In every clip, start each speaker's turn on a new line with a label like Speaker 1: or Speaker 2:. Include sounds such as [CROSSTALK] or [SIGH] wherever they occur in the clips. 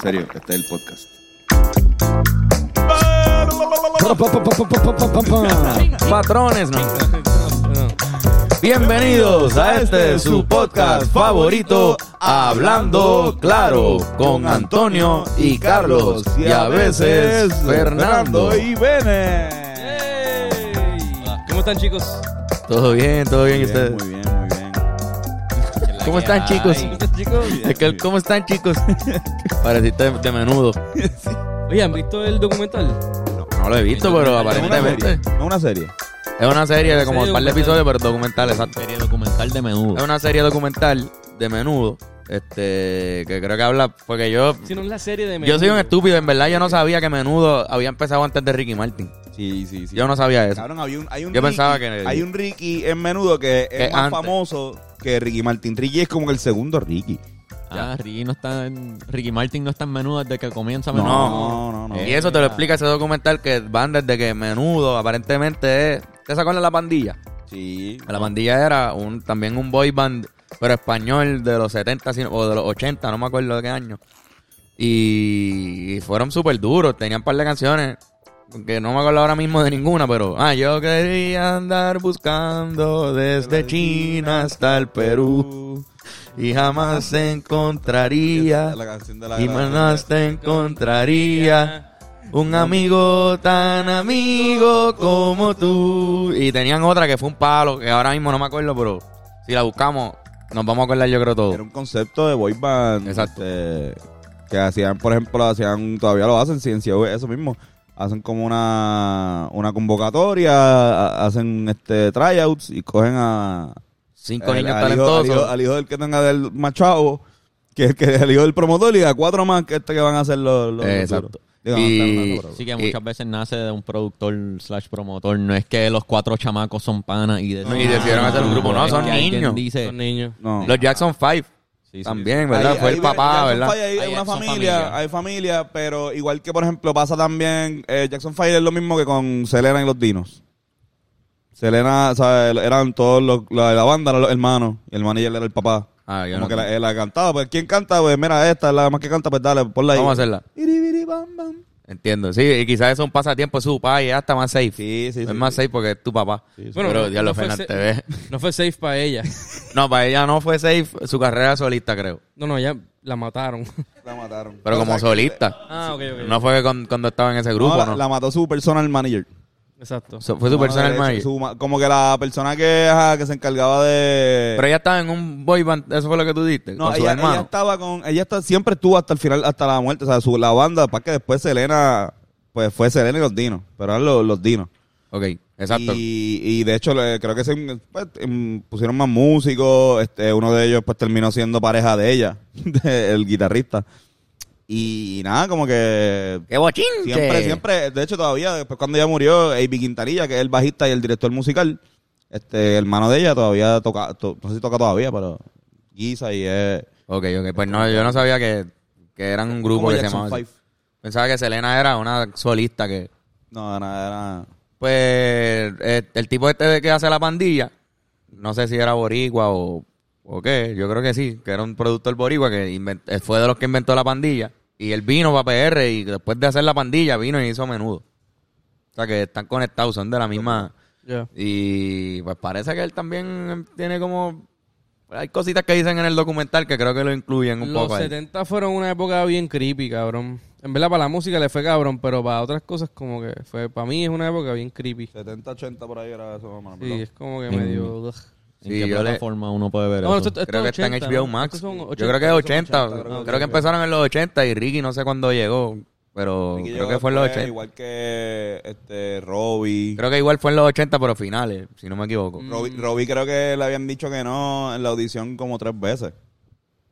Speaker 1: serio, este es el podcast.
Speaker 2: Pa, pa, pa, pa, pa, pa, pa, pa, pa. Patrones, no. Bienvenidos a este su podcast favorito, Hablando Claro, con Antonio y Carlos y a veces Fernando. Eh.
Speaker 3: y Bene.
Speaker 4: Hola. ¿Cómo están, chicos?
Speaker 2: Todo bien, todo bien, ¿y
Speaker 1: Muy bien,
Speaker 2: ustedes.
Speaker 1: muy bien, muy bien.
Speaker 2: ¿Cómo están, chicos?
Speaker 4: ¿Cómo están, chicos?
Speaker 2: Es que el- ¿Cómo están, chicos? Pareciste de menudo.
Speaker 4: Oye, ¿han visto el documental?
Speaker 2: No lo he visto, pero
Speaker 1: Es una serie.
Speaker 2: aparentemente
Speaker 1: Es una serie.
Speaker 2: es una serie de como
Speaker 4: Serie
Speaker 2: un par de
Speaker 4: documental.
Speaker 2: episodios, pero documental, exacto.
Speaker 3: Serie documental de
Speaker 2: Es
Speaker 3: menudo.
Speaker 2: una serie documental de menudo, este, que creo que habla, porque yo,
Speaker 4: Si no es la serie de
Speaker 2: yo soy un estúpido, en verdad yo no sabía que menudo había empezado antes de Ricky Martin.
Speaker 1: Sí, sí, sí.
Speaker 2: Yo no sabía eso.
Speaker 1: Cabrón, había un, hay un
Speaker 2: Yo pensaba que-
Speaker 1: Hay un Ricky en menudo que es
Speaker 2: Que
Speaker 1: más
Speaker 2: antes.
Speaker 1: famoso que Ricky Martin. Ricky es como el segundo Ricky.
Speaker 3: Ah, Ricky no está en- Ricky Martin no está en menudo desde que comienza menudo.
Speaker 1: No, Eh. no, no.
Speaker 2: Y eso te lo explica ese documental que van desde que menudo aparentemente es... ¿Te sacó la pandilla?
Speaker 1: Sí.
Speaker 2: La pandilla era un también un boy band, pero español de los 70 si- o de los 80, no me acuerdo de qué año. Y, y fueron súper duros, tenían un par de canciones, que no me acuerdo ahora mismo de ninguna, pero... Ah, yo quería andar buscando desde China hasta el Perú. Y jamás te encontraría,
Speaker 1: La canción de la-
Speaker 2: y más te encontraría. Un amigo tan amigo como tú. Y tenían otra que fue un palo, que ahora mismo no me acuerdo, pero si la buscamos, nos vamos a acordar yo creo todo.
Speaker 1: Era un concepto de boy band.
Speaker 2: Exacto.
Speaker 1: este, que hacían, por ejemplo, hacían, todavía lo hacen, ciencia, eso mismo. Hacen como una, una convocatoria, ha- hacen este tryouts y cogen a.
Speaker 2: Cinco
Speaker 1: el-
Speaker 2: niños
Speaker 1: al hijo-
Speaker 2: talentosos.
Speaker 1: Al hijo, al hijo del que tenga del machado, que es el, que, el hijo del promotor y a cuatro más que este que van a hacer los. los
Speaker 2: Eh, Exacto.
Speaker 1: futuros. Digo, no,
Speaker 2: Y-
Speaker 1: están hablando, pero-
Speaker 3: Así que
Speaker 2: Y-
Speaker 3: muchas veces nace de un productor slash promotor. No es que los cuatro chamacos son panas y,
Speaker 2: No, y decidieron hacer un grupo. No,
Speaker 3: es
Speaker 2: son
Speaker 3: que alguien
Speaker 2: niños.
Speaker 3: dice-
Speaker 4: Son niños.
Speaker 1: no.
Speaker 2: Los Jackson Five
Speaker 3: Sí, sí,
Speaker 2: también, ¿verdad?
Speaker 1: Ahí-
Speaker 2: fue
Speaker 1: ahí
Speaker 2: el
Speaker 1: viene-
Speaker 2: papá,
Speaker 1: Jackson
Speaker 2: ¿verdad?
Speaker 1: Five, ahí hay
Speaker 3: Ahí
Speaker 1: una
Speaker 3: son
Speaker 1: familia,
Speaker 3: familia.
Speaker 1: hay familia, pero igual que por ejemplo pasa también, eh, Jackson Five es lo mismo que con Selena y los Dinos. Selena, o sea, el- eran todos los, la, la banda, eran los hermanos, y el manager era el papá.
Speaker 2: Ah, yo
Speaker 1: Como
Speaker 2: no
Speaker 1: que la, él la cantaba, pues ¿quién canta? Pues mira, esta es la más que canta, pues dale, ponla ahí.
Speaker 2: Vamos a hacerla.
Speaker 1: Iribiri, bam, bam.
Speaker 2: Entiendo. Sí, y quizás eso es un pasatiempo de su papá y es hasta más safe.
Speaker 1: Sí, sí,
Speaker 2: es
Speaker 1: sí,
Speaker 2: más
Speaker 1: sí.
Speaker 2: safe porque es tu papá.
Speaker 4: Bueno,
Speaker 2: pero
Speaker 4: no-
Speaker 2: ya lo
Speaker 4: no fue
Speaker 2: Fernández
Speaker 4: sa-
Speaker 2: TV.
Speaker 4: No fue safe para ella.
Speaker 2: [LAUGHS] No, para ella no fue safe su carrera solista, creo.
Speaker 4: No, no, ya
Speaker 2: [LAUGHS]
Speaker 4: la mataron.
Speaker 1: La mataron.
Speaker 2: Pero
Speaker 1: O
Speaker 2: como
Speaker 1: sea,
Speaker 2: solista.
Speaker 4: Ah, ok, ok.
Speaker 2: No fue que con- cuando estaba en ese
Speaker 1: no,
Speaker 2: grupo,
Speaker 1: la,
Speaker 2: ¿no?
Speaker 1: la mató su personal manager.
Speaker 4: Exacto.
Speaker 2: So- fue su personal
Speaker 1: Mano derecho,
Speaker 2: manager.
Speaker 1: su ma- como que la persona que, ajá, que se encargaba de...
Speaker 2: Pero ella estaba en un boy band, eso fue lo que tú diste,
Speaker 1: No,
Speaker 2: con su
Speaker 1: ella,
Speaker 2: hermano.
Speaker 1: ella estaba con. Ella está, siempre estuvo hasta el final, hasta la muerte. O sea, su, la banda, para que después Selena. Pues fue Selena y los Dinos. Pero eran los, los Dinos.
Speaker 2: Ok, exacto.
Speaker 1: Y, y de hecho, le- creo que se, pues, em, pusieron más músicos. Este, uno de ellos, pues terminó siendo pareja de ella, [LAUGHS] de- el guitarrista. Y nada, como que.
Speaker 2: ¡Qué bochinche!
Speaker 1: Siempre, siempre. De hecho, todavía, después cuando ella murió, Avi Quintanilla, que es el bajista y el director musical, este hermano de ella, todavía toca. to- no sé si toca todavía, pero. Guisa y es.
Speaker 2: Ok, ok, pues no, yo no sabía que, que eran un grupo
Speaker 1: como
Speaker 2: que
Speaker 1: Jackson
Speaker 2: se llamaba. así.
Speaker 1: Five.
Speaker 2: Pensaba que Selena era una solista que...
Speaker 1: No, era, era...
Speaker 2: Pues eh, el tipo este de que hace la pandilla, no sé si era boricua o, o qué, yo creo que sí, que era un productor boricua que invent- eh, fue de los que inventó la pandilla. Y él vino para PR y después de hacer la pandilla vino y hizo menudo. O sea que están conectados, son de la misma...
Speaker 4: Ya.
Speaker 2: Y pues parece que él también tiene como... Hay cositas que dicen en el documental que creo que lo incluyen un
Speaker 4: Los
Speaker 2: poco ahí.
Speaker 4: 70 fueron una época bien creepy, cabrón. En verdad, para la música le fue cabrón, pero para otras cosas como que fue... Para mí es una época bien creepy.
Speaker 1: 70, 80 por ahí era eso, mamá.
Speaker 4: Sí, es como que medio... ugh.
Speaker 3: ¿En
Speaker 2: Sí,
Speaker 3: qué
Speaker 2: yo le-
Speaker 3: plataforma uno puede ver
Speaker 4: No, bueno,
Speaker 3: eso?
Speaker 4: esto-
Speaker 2: Mm.
Speaker 4: esto
Speaker 2: Creo que
Speaker 4: es
Speaker 2: está en
Speaker 4: 80,
Speaker 2: HBO
Speaker 4: ¿no?
Speaker 2: Max.
Speaker 4: Estos son
Speaker 2: Yo creo que es 80. Creo que empezaron en los 80 y Ricky no sé cuándo llegó, pero creo que fue en los 80.
Speaker 1: Igual que este, Robbie.
Speaker 2: Creo mm. que igual fue en los 80, pero finales, si no me equivoco.
Speaker 1: Robbie, Robbie creo que le habían dicho que no en la audición como tres veces.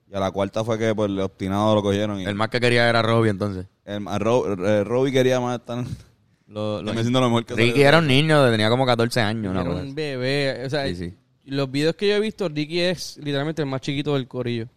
Speaker 1: Y a la cuarta fue que pues, el obstinado lo cogieron. Y
Speaker 2: El más que quería era Robbie entonces.
Speaker 1: el- a Ro- eh, Robbie quería más estar...
Speaker 3: Lo-
Speaker 1: [LAUGHS]
Speaker 3: lo-
Speaker 1: me siento lo mejor que
Speaker 2: Ricky
Speaker 1: salió.
Speaker 2: era un niño, tenía como 14 años. una
Speaker 4: Era
Speaker 2: cosa
Speaker 4: un bebé. O sea,
Speaker 2: Sí, sí.
Speaker 4: los videos que yo he visto, Ricky es literalmente el más chiquito del corillo.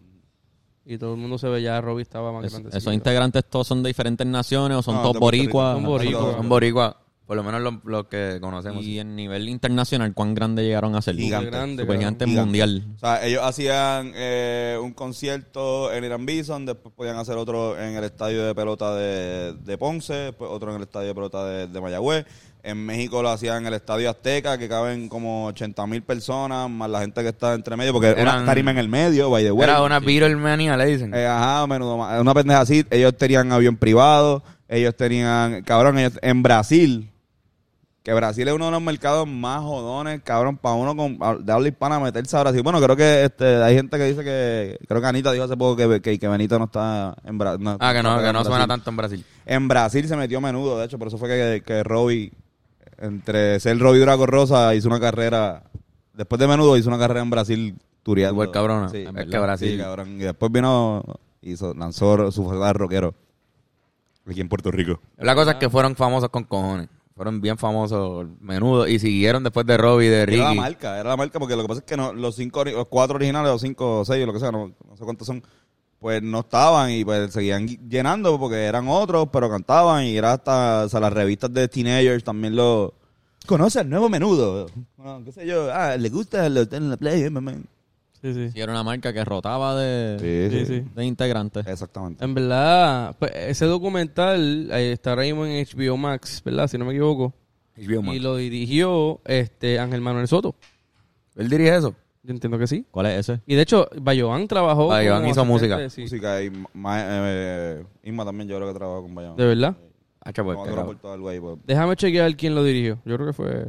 Speaker 4: Y todo el mundo se ve ya, Robbie estaba más
Speaker 3: es-
Speaker 4: grande.
Speaker 3: ¿Esos integrantes todos son de diferentes naciones o son
Speaker 1: No,
Speaker 3: todos
Speaker 1: Ah, de Puerto Rico.
Speaker 3: boricuas?
Speaker 4: Son
Speaker 1: Puerto
Speaker 2: así.
Speaker 4: boricuas.
Speaker 1: Rico.
Speaker 2: Un boricua. Por lo menos los los que conocemos.
Speaker 3: Y en nivel internacional, ¿cuán grande llegaron a ser?
Speaker 1: Gigante.
Speaker 4: Grande,
Speaker 3: Supergigante
Speaker 1: cabrón.
Speaker 3: mundial.
Speaker 1: O sea, ellos hacían eh, un concierto en Irán Bison, después podían hacer otro en el estadio de pelota de, de Ponce, después otro en el estadio de pelota de, de Mayagüez. En México lo hacían en el estadio Azteca, que caben como 80 mil personas, más la gente que está entre medio, porque era una
Speaker 2: Eran-
Speaker 1: tarima en el medio, by the way.
Speaker 2: Era una Beatlemania, le dicen.
Speaker 1: Eh, ajá, menudo ma- Una pendeja así. Ellos tenían avión privado. Ellos tenían. Cabrón, ellos, en Brasil. Que Brasil es uno de los mercados más jodones, cabrón, para uno con, de habla hispana meterse a Brasil. Bueno, creo que este, hay gente que dice que. Creo que Anita dijo hace poco que, que, que Benito no está en Brasil.
Speaker 2: ah, que no, que no suena tanto en Brasil.
Speaker 1: En Brasil se metió menudo, de hecho, por eso fue que, que Robbie, entre ser Robbie Draco Rosa, hizo una carrera. Después de menudo, hizo una carrera en Brasil turiando.
Speaker 2: Igual cabrona.
Speaker 1: Sí.
Speaker 2: Es
Speaker 3: verdad.
Speaker 2: que Brasil.
Speaker 1: Sí, cabrón. Y después vino, hizo, lanzó su faceta de rockero. Aquí en Puerto Rico.
Speaker 2: La cosa es que fueron famosos con cojones. Fueron bien famosos, menudo. Y siguieron después de Robbie, de
Speaker 1: Era la
Speaker 2: Ricky.
Speaker 1: marca, era la marca, porque lo que pasa es que no, los cinco, ori- los cuatro originales, los cinco o seis, o lo que sea, no, no sé cuántos son, pues no estaban y pues seguían gui- llenando porque eran otros, pero cantaban y era hasta, o sea, las revistas de teenagers también lo... ¿Conoce el nuevo menudo? Bueno, qué sé yo, ah, le gusta el hotel en la playa, eh, mamá.
Speaker 4: Sí, sí.
Speaker 3: Sí, era una marca que rotaba de,
Speaker 1: Sí, sí,
Speaker 4: Sí, sí. Em,
Speaker 3: de integrantes.
Speaker 2: Eh.
Speaker 1: Exactamente.
Speaker 4: En verdad, pues, ese documental eh, está ahora mismo en HBO Max, ¿verdad? Si no me equivoco.
Speaker 2: HBO Max.
Speaker 4: Y lo dirigió este Ángel Manuel Soto.
Speaker 2: Él dirige eso.
Speaker 4: Yo entiendo que sí.
Speaker 3: ¿Cuál es ese?
Speaker 4: Y de hecho, Bayoan trabajó.
Speaker 2: Bayoan
Speaker 4: como
Speaker 2: hizo música.
Speaker 4: asistente, sí.
Speaker 1: Música y ma- eh, Isma también, yo creo que trabaja con Bayamón.
Speaker 4: De verdad.
Speaker 2: Ah, chapo,
Speaker 1: Vamos a
Speaker 2: qué
Speaker 1: otro
Speaker 2: cabrón.
Speaker 1: por todo el güey, por-
Speaker 4: Déjame chequear quién lo dirigió. Yo creo que fue.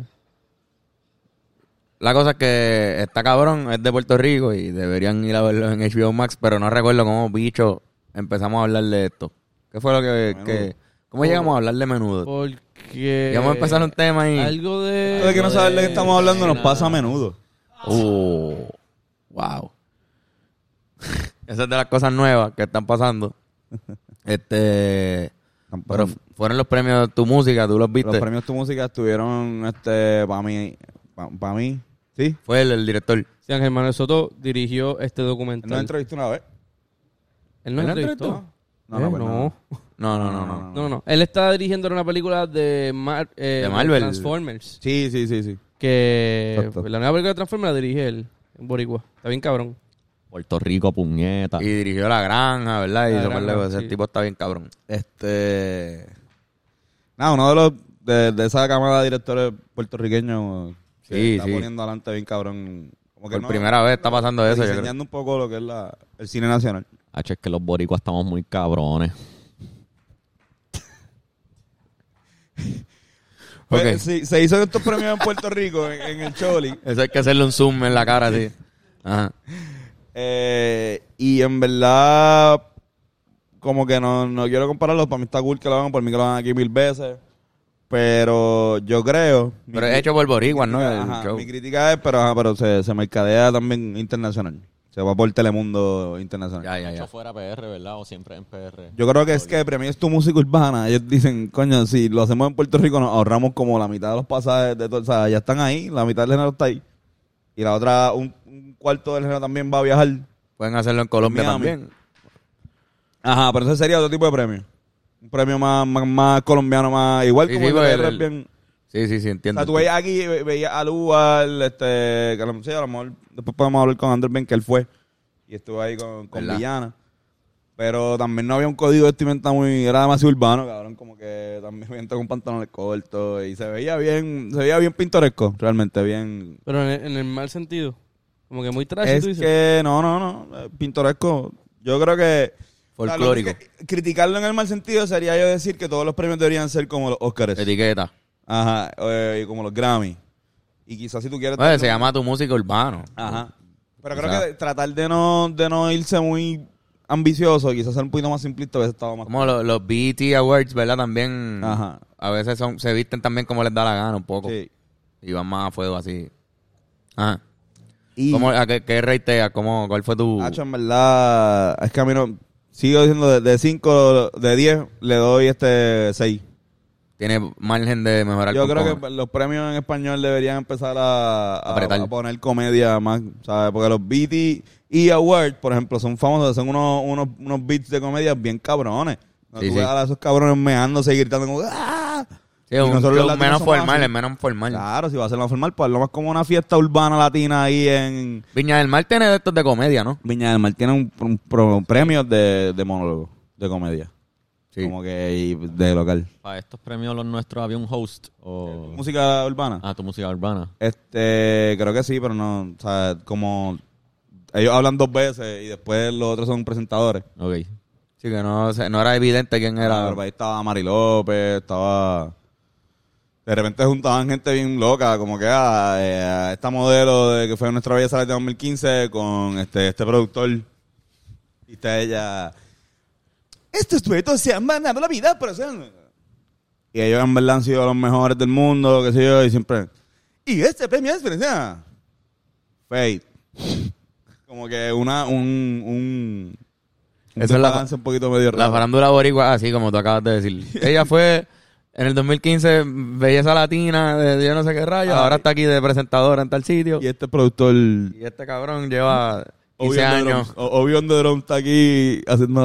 Speaker 2: La cosa es que está cabrón, es de Puerto Rico y deberían ir a verlo en HBO Max, pero no recuerdo cómo, bicho, empezamos a hablar de esto. ¿Qué fue lo que...
Speaker 1: Menudo.
Speaker 2: que- ¿Cómo llegamos a hablar de menudo?
Speaker 4: Porque.
Speaker 2: Y vamos a empezar un tema y...
Speaker 4: Algo de.
Speaker 1: Eso de que no saber de qué estamos hablando nos pasa a menudo.
Speaker 2: Oh, wow. [LAUGHS] Esas de las cosas nuevas que
Speaker 1: [LAUGHS]
Speaker 2: están pasando. Este... Pero fueron los premios de tu música, tú los
Speaker 1: los
Speaker 2: viste.
Speaker 1: premios Tu Música estuvieron, este, para mí, para mí, ¿sí?
Speaker 2: Fue él, el director.
Speaker 4: Sí, Ángel Manuel Soto dirigió este documental.
Speaker 1: No entrevistó una vez.
Speaker 4: Él no
Speaker 2: ¿Él no
Speaker 4: entrevistó.
Speaker 2: entrevistó?
Speaker 1: No,
Speaker 4: Eh,
Speaker 1: no, pues,
Speaker 4: no.
Speaker 2: No, no, no, no.
Speaker 4: No, no. Él estaba dirigiendo una película de, Mar- eh,
Speaker 2: De Marvel.
Speaker 4: Transformers.
Speaker 1: Sí, sí, sí, sí.
Speaker 4: Que pues,
Speaker 1: Exacto.
Speaker 4: la nueva película de Transformers la dirige él, en Boricua. Está bien cabrón.
Speaker 3: Puerto Rico, puñeta.
Speaker 2: Y dirigió La Granja, ¿verdad? Y
Speaker 4: La
Speaker 2: hizo
Speaker 4: Granja,
Speaker 2: par de cosas. Ese
Speaker 4: sí.
Speaker 2: tipo está bien cabrón.
Speaker 1: Este, nada, uno de los, de, de esa camada de directores puertorriqueños que
Speaker 2: Sí,
Speaker 1: está
Speaker 2: sí.
Speaker 1: poniendo adelante bien cabrón. Como que
Speaker 2: Por
Speaker 1: no-
Speaker 2: primera vez está pasando eso, yo creo.
Speaker 1: Enseñando un poco lo que es la, el cine nacional.
Speaker 3: H, es que los boricuas estamos muy cabrones.
Speaker 1: Pues,
Speaker 2: Ok.
Speaker 1: sí, se hizo estos premios en Puerto Rico, en, en el Choli.
Speaker 2: Eso hay que hacerle un zoom en la cara, así. Ajá.
Speaker 1: Eh, y en verdad, como que no, no quiero compararlos. Para mí está cool que lo hagan, por mí que lo hagan aquí mil veces. Pero yo creo. mi
Speaker 2: Pero
Speaker 1: cri-
Speaker 2: es hecho por Boriguas, ¿no? El
Speaker 1: ajá,
Speaker 2: show.
Speaker 1: Mi crítica es, pero, ajá, pero se, se mercadea también internacional. Se va por Telemundo Internacional.
Speaker 2: Ya, ya,
Speaker 3: Hecho
Speaker 2: ya.
Speaker 3: fuera PR, ¿verdad? O siempre en PR.
Speaker 1: Yo creo que es que premio es tu música urbana. Ellos dicen, coño, si lo hacemos en Puerto Rico, nos ahorramos como la mitad de los pasajes. De todo, o sea, ya están ahí, la mitad del género está ahí. Y la otra, un, un cuarto del género también va a viajar.
Speaker 2: Pueden hacerlo en Colombia
Speaker 1: Miami.
Speaker 2: también.
Speaker 1: Ajá, pero ese sería otro tipo de premio. Un premio más, más, más colombiano, más igual
Speaker 2: Sí,
Speaker 1: como
Speaker 2: sí,
Speaker 1: el
Speaker 2: porque
Speaker 1: de
Speaker 2: el-
Speaker 1: Rap bien.
Speaker 2: Sí, sí, sí,
Speaker 1: O
Speaker 2: entiendo.
Speaker 1: sea, tú veías aquí, ve- veías a Lugar, este, que a lo, sí, a lo mejor después podemos hablar con Andrés Ben, que él fue y estuvo ahí con, con
Speaker 2: ¿Verdad?
Speaker 1: Villana. Pero también no había un código de vestimenta muy, era demasiado urbano, cabrón, como que también [LAUGHS] entró con pantalones cortos y se veía bien, se veía bien pintoresco, realmente, bien.
Speaker 4: Pero en el, en el mal sentido. Como que muy trash,
Speaker 1: Es
Speaker 4: Ah, tú dices.
Speaker 1: que, no, no, no, eh, pintoresco, yo creo que... o sea, lo
Speaker 2: Folclórico.
Speaker 1: que- criticarlo en el mal sentido sería yo decir que todos los premios deberían ser como los Oscars.
Speaker 2: Etiqueta.
Speaker 1: Ajá, eh, y como los Grammy. Y quizás si tú quieres...
Speaker 2: Oye, se llama tu música urbano.
Speaker 1: Ajá. Pero
Speaker 2: O
Speaker 1: creo
Speaker 2: sea-
Speaker 1: que tratar de no, de no irse muy ambicioso, quizás ser un poquito más simplista, hubiese estado más.
Speaker 2: Como los, los BET Awards, ¿verdad? También.
Speaker 1: Ajá.
Speaker 2: A veces son, se visten también como les da la gana un poco.
Speaker 1: Sí.
Speaker 2: Y van más a fuego así. Ajá.
Speaker 1: Y,
Speaker 2: ¿Cómo, a qué, qué ratea? ¿Cómo, ¿Cuál fue tu...?
Speaker 1: Hacho, en verdad, es que a mí no. Sigo diciendo de 5, de 10, le doy este 6.
Speaker 2: ¿Tiene margen de mejorar?
Speaker 1: Yo
Speaker 2: con
Speaker 1: creo
Speaker 2: cojones?
Speaker 1: que los premios en español deberían empezar a, a-
Speaker 2: Apretar.
Speaker 1: a poner comedia más, ¿sabes? Porque los BT y Awards, por ejemplo, son famosos, son unos, unos, unos beats de comedia bien cabrones. No,
Speaker 2: Sí,
Speaker 1: tú
Speaker 2: sí.
Speaker 1: ves a esos cabrones meándose y gritando como ¡Ah!
Speaker 2: Sí,
Speaker 1: Y
Speaker 2: un
Speaker 1: nosotros los
Speaker 2: club
Speaker 1: latinos
Speaker 2: menos
Speaker 1: somos
Speaker 2: formal,
Speaker 1: así.
Speaker 2: es menos formal.
Speaker 1: Claro, si va a ser más formal, pues hazlo más como una fiesta urbana latina ahí en
Speaker 2: Viña del Mar tiene de estos de comedia, ¿no?
Speaker 1: Viña del Mar. Tiene un, un pro- un premio de, de monólogo, de comedia.
Speaker 2: Sí.
Speaker 1: Como que y de local.
Speaker 3: Para estos premios los nuestros había un host o...
Speaker 1: Música urbana.
Speaker 3: Ah, tu música urbana.
Speaker 1: Este, creo que sí, pero no, o sea, como ellos hablan dos veces y después los otros son presentadores.
Speaker 3: Ok.
Speaker 2: Sí, que no, se- no era evidente quién
Speaker 1: Ah, Pero
Speaker 2: era.
Speaker 1: por ahí estaba Mari López, estaba. De repente juntaban gente bien loca, como que ah, eh, a esta modelo de que fue nuestra belleza de 2015 con este, este productor. Y está ella. Estos proyectos se han mandado la vida, pero se han-". Y ellos en verdad han sido los mejores del mundo, qué sé yo, y siempre. Y este premio es ¿verdad? Fate. Como que una, un, un, un
Speaker 2: Eso es la-
Speaker 1: desbalance un poquito medio
Speaker 2: La
Speaker 1: raro.
Speaker 2: farándula boricua, así como tú acabas
Speaker 1: [LAUGHS]
Speaker 2: de decir. Ella fue en el 2015 belleza latina de yo no sé qué rayo,
Speaker 1: Ah,
Speaker 2: ahora
Speaker 1: y-
Speaker 2: está aquí de presentadora en tal sitio.
Speaker 1: Y este productor
Speaker 2: Y este cabrón lleva 15
Speaker 1: Obvio on the
Speaker 2: años.
Speaker 1: drums. O- Obvio on the drums está aquí haciendo.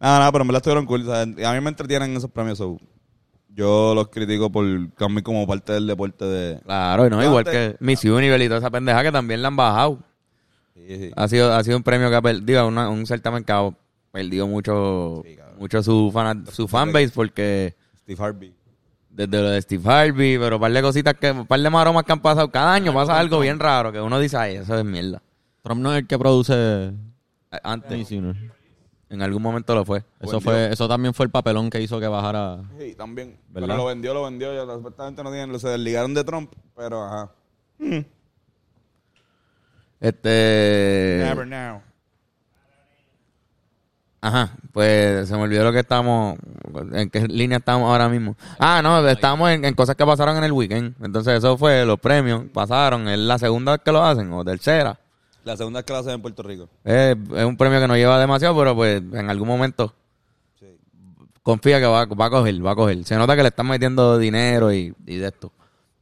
Speaker 1: Nada, nada, pero en verdad estuvieron cool. o sea, a mí me entretienen esos premios. so, Yo los critico por cambiar como parte del deporte de.
Speaker 2: Claro, y no,
Speaker 1: Yo
Speaker 2: igual
Speaker 1: antes-
Speaker 2: que Miss Universe y toda esa pendeja que también la han bajado. Ha sido, ha sido un premio que ha perdido, una- un certamen que ha perdido mucho,
Speaker 1: Sí, cabrón.
Speaker 2: mucho su, fan, su fanbase porque
Speaker 1: Steve Harvey.
Speaker 2: desde lo de Steve Harvey, pero un par de cositas que, un par de maromas que han pasado. Cada año pasa algo bien raro que uno dice, ay, eso es mierda.
Speaker 3: Trump no es el que produce...
Speaker 2: Antes,
Speaker 3: Miss Universe.
Speaker 2: en algún momento lo fue.
Speaker 3: Eso, fue, eso también fue el papelón que hizo que bajara...
Speaker 1: Sí, también.
Speaker 3: ¿Verdad?
Speaker 1: Pero lo vendió, lo vendió. Ya, supuestamente no tienen. Se desligaron de Trump, pero ajá.
Speaker 2: Este.
Speaker 1: now.
Speaker 2: Ajá, pues se me olvidó lo que estamos, en qué línea estamos ahora mismo. Ah, no, estamos en, en cosas que pasaron en el weekend. Entonces eso fue, los premios pasaron, es la segunda vez que lo hacen, o tercera.
Speaker 1: La segunda clase en Puerto Rico.
Speaker 2: Es, es un premio que no lleva demasiado, pero pues en algún momento
Speaker 1: Sí.
Speaker 2: confía que va, va a coger, va a coger. Se nota que le están metiendo dinero y, y de esto.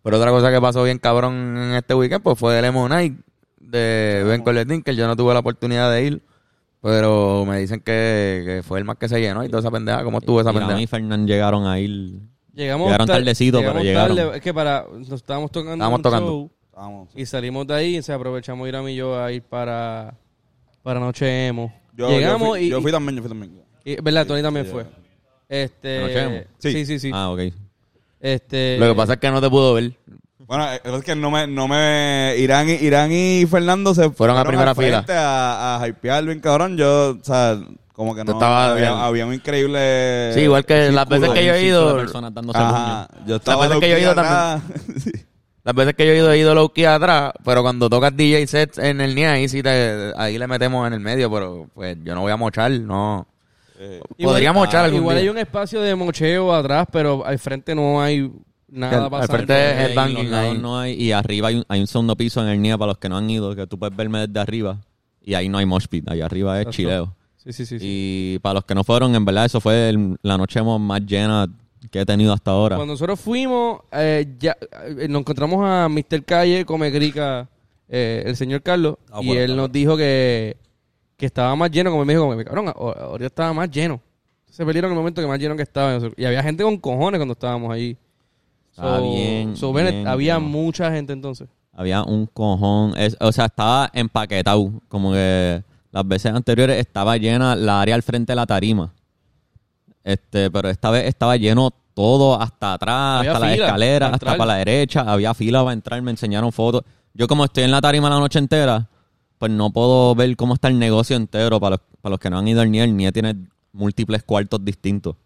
Speaker 2: Pero otra cosa que pasó bien cabrón en este weekend, pues fue Lemonade de Ben Coletín, que yo no tuve la oportunidad de ir. Pero me dicen que, que fue el más que se llenó y toda esa pendeja. ¿Cómo estuvo esa
Speaker 3: Mira,
Speaker 2: pendeja?
Speaker 3: y Fernán llegaron a ir...
Speaker 4: Llegamos
Speaker 3: Llegaron
Speaker 4: tar-
Speaker 3: tardecito, pero
Speaker 4: llegamos
Speaker 3: llegaron.
Speaker 4: Es que para, nos estábamos tocando
Speaker 2: Estábamos
Speaker 4: un
Speaker 2: tocando.
Speaker 4: show
Speaker 1: Vamos.
Speaker 4: y salimos de ahí, se aprovechamos ir a mí y yo a ir para, para Noche Emo.
Speaker 1: Yo,
Speaker 4: Llegamos
Speaker 1: yo fui,
Speaker 4: y,
Speaker 1: yo fui también, yo fui también.
Speaker 4: y- ¿Verdad? Tony también fue. Este,
Speaker 3: ¿A Noche Emo?
Speaker 1: Sí.
Speaker 4: sí, sí, sí.
Speaker 3: Ah, ok.
Speaker 4: Este,
Speaker 2: Lo que pasa es que no te pudo ver.
Speaker 1: Bueno, eh, es que no me, no me Irán, y- Irán y Fernando se
Speaker 2: Fueron a primera
Speaker 1: al frente A, a hypear bien cabrón. Yo, o sea, como que no.
Speaker 2: Tú estabas bien.
Speaker 1: había, había un increíble.
Speaker 2: Sí, igual que las veces que yo he
Speaker 3: Círculo de
Speaker 2: ido,
Speaker 3: personas dándose
Speaker 1: Ajá. Yo estaba.
Speaker 2: pasa es que yo he
Speaker 1: loquillo
Speaker 2: ido
Speaker 1: [LAUGHS] atrás. Sí.
Speaker 2: las veces que yo he ido, he ido low key atrás, pero cuando tocas DJ sets en el NIA, ahí sí te, ahí le metemos en el medio, pero pues yo no voy a mochar, no.
Speaker 1: Eh,
Speaker 4: Igual-
Speaker 2: Podría mochar algún
Speaker 4: Igual
Speaker 2: día.
Speaker 4: hay un espacio de mocheo atrás, pero al frente no hay nada
Speaker 2: Al
Speaker 4: pasando.
Speaker 2: frente es
Speaker 3: Eh,
Speaker 2: el
Speaker 3: en
Speaker 2: banging
Speaker 3: los lados
Speaker 2: ahí.
Speaker 3: no hay- y arriba hay un, hay un segundo piso en el NIA para los que no han ido, que tú puedes verme desde arriba. Y ahí no hay mosh pit, ahí arriba es
Speaker 4: Exacto.
Speaker 3: chileo.
Speaker 4: Sí, sí, sí. sí.
Speaker 3: Y para los que no fueron, en verdad, eso fue el- la noche más llena que he tenido hasta ahora.
Speaker 4: Cuando nosotros fuimos, eh, ya, eh, nos encontramos a Mr. Calle, Comecrica, eh, el señor Carlos,
Speaker 1: Ah,
Speaker 4: y
Speaker 1: bueno,
Speaker 4: él nos dijo que, que estaba más lleno, como él me dijo, como que, cabrón, a- ahorita estaba más lleno. Se perdieron en el momento que más lleno que estaba. Y había gente con cojones cuando estábamos allí.
Speaker 3: Estaba bien,
Speaker 4: so, Bennett,
Speaker 3: bien
Speaker 4: había
Speaker 3: lleno.
Speaker 4: mucha gente entonces.
Speaker 3: Había un cojón. Es- o sea, estaba empaquetado. Como que las veces anteriores estaba llena la área al frente de la tarima. Este, pero esta vez estaba lleno todo hasta atrás,
Speaker 4: Había
Speaker 3: hasta la
Speaker 4: fila
Speaker 3: escalera,
Speaker 4: para
Speaker 3: hasta
Speaker 4: entrar.
Speaker 3: para la derecha. Había fila para entrar, me enseñaron fotos. Yo como estoy en la tarima la noche entera, pues no puedo ver cómo está el negocio entero. Para los, para los que no han ido al NIE, el NIE tiene múltiples cuartos distintos.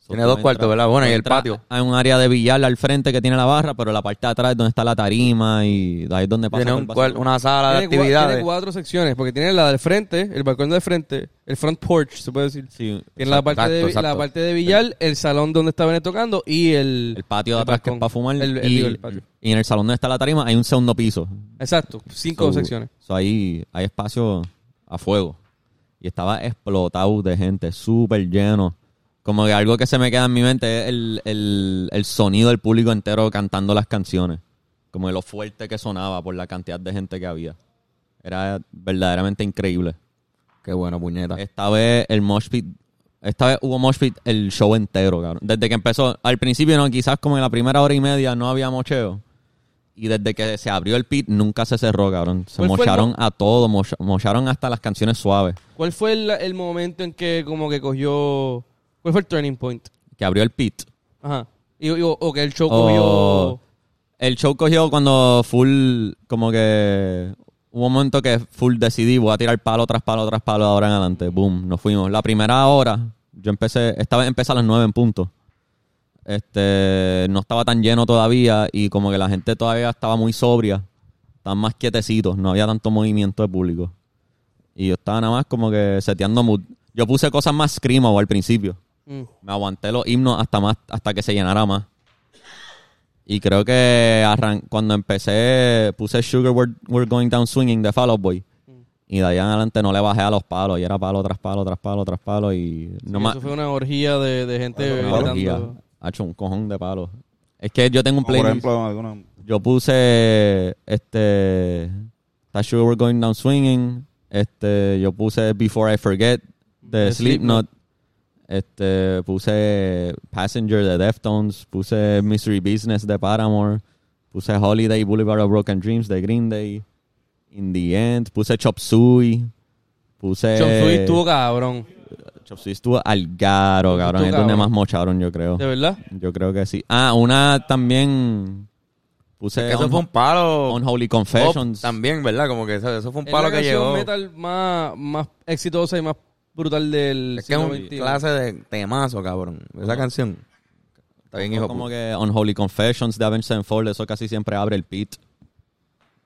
Speaker 3: So,
Speaker 2: Tiene
Speaker 3: tú
Speaker 2: dos cuartos, ¿verdad? Bueno,
Speaker 3: tú
Speaker 2: y el
Speaker 3: entras
Speaker 2: patio.
Speaker 3: Hay un área de billar al frente que tiene la barra, pero la parte de atrás es donde está la tarima y ahí es donde pasa
Speaker 2: Tiene
Speaker 3: todo
Speaker 2: un
Speaker 3: el
Speaker 2: cual-
Speaker 3: vacío.
Speaker 2: una sala Ah, de
Speaker 4: Tiene, cua- tiene
Speaker 2: actividades.
Speaker 4: cuatro secciones, porque tiene la del frente, el balcón del frente, el front porch, se puede decir.
Speaker 3: Sí,
Speaker 4: Tiene la parte, de,
Speaker 2: exacto,
Speaker 4: la
Speaker 2: exacto.
Speaker 4: parte de billar, el salón donde está Bennett tocando y el...
Speaker 3: el patio de atrás que es
Speaker 4: balcón.
Speaker 3: para fumar
Speaker 4: El- el-
Speaker 3: y,
Speaker 4: digo, el patio.
Speaker 3: y en el salón donde está la tarima hay un segundo piso.
Speaker 4: Exacto, cinco
Speaker 3: So,
Speaker 4: secciones.
Speaker 3: so ahí hay espacio a fuego. Y estaba explotado de gente, súper lleno. Como que algo que se me queda en mi mente es el, el- el sonido del público entero cantando las canciones. Como de lo fuerte que sonaba por la cantidad de gente que había. Era verdaderamente increíble. Este,
Speaker 2: Qué bueno, puñeta.
Speaker 3: Esta vez el mosh pit Esta vez hubo mosh pit el show entero, cabrón. Desde que empezó, al principio, no, quizás como en la primera hora y media no había mocheo. Y desde que se abrió el pit nunca se cerró, cabrón. Se
Speaker 4: ¿Cuál fue el
Speaker 3: mocharon
Speaker 4: mo-
Speaker 3: a todo, moch- mocharon hasta las canciones suaves.
Speaker 4: ¿Cuál fue el, el momento en que como que cogió... ¿Cuál fue el turning point?
Speaker 3: Que abrió el pit.
Speaker 4: Ajá. Y, y- o que el show
Speaker 3: O- Oh.
Speaker 4: cogió...
Speaker 3: El show cogió cuando full, como que hubo un momento que full decidí, voy a tirar palo tras palo tras palo de ahora en adelante. Boom, nos fuimos. La primera hora, yo empecé, esta vez empecé a las nueve en punto. Este, no estaba tan lleno todavía y como que la gente todavía estaba muy sobria. Estaban más quietecitos, no había tanto movimiento de público. Y yo estaba nada más como que seteando mood. Yo puse cosas más screamo al principio
Speaker 4: Mm.
Speaker 3: me aguanté los himnos hasta más hasta que se llenara más. Y creo que arran- cuando empecé puse Sugar We're, We're Going Down Swinging de Fall Out Boy. Y de allá en adelante no le bajé a los palos. Y era palo tras palo, tras palo, tras palo. Y no
Speaker 4: Sí,
Speaker 3: más.
Speaker 4: eso fue una orgía de, de gente
Speaker 1: Una
Speaker 4: gritando.
Speaker 3: Ha hecho un cojón de palos. Es que yo tengo un
Speaker 1: Como por
Speaker 3: playlist.
Speaker 1: ejemplo, alguna-
Speaker 3: Yo puse este That Sugar We're Going Down Swinging. Este, yo puse Before I Forget de
Speaker 4: De
Speaker 3: Slipknot. Este, puse Passenger de Deftones, puse Mystery Business de Paramore, puse Holiday Boulevard of Broken Dreams de Green Day, In the End, puse Chop Suey, puse
Speaker 4: John Swift estuvo cabrón.
Speaker 3: Chop Suey estuvo al garo, cabrón, es donde
Speaker 4: cabrón.
Speaker 3: más mocharon, yo creo.
Speaker 4: ¿De verdad?
Speaker 3: Yo creo que sí. Ah, una también puse
Speaker 2: Que eso
Speaker 3: On-
Speaker 2: fue un palo.
Speaker 3: Unholy
Speaker 2: pop
Speaker 3: Confessions.
Speaker 2: también, ¿verdad? Como que eso, eso fue un
Speaker 4: Es
Speaker 2: palo
Speaker 4: la
Speaker 2: que
Speaker 4: canción
Speaker 2: llegó.
Speaker 4: metal más, más exitosa y más brutal del
Speaker 2: Es que es
Speaker 4: siglo
Speaker 2: una
Speaker 4: XXI.
Speaker 2: clase de temazo, cabrón. Esa canción. Está bien, hijo.
Speaker 3: como
Speaker 2: puta.
Speaker 3: que Unholy Confessions de Avenged Sevenfold, eso casi siempre abre el pit.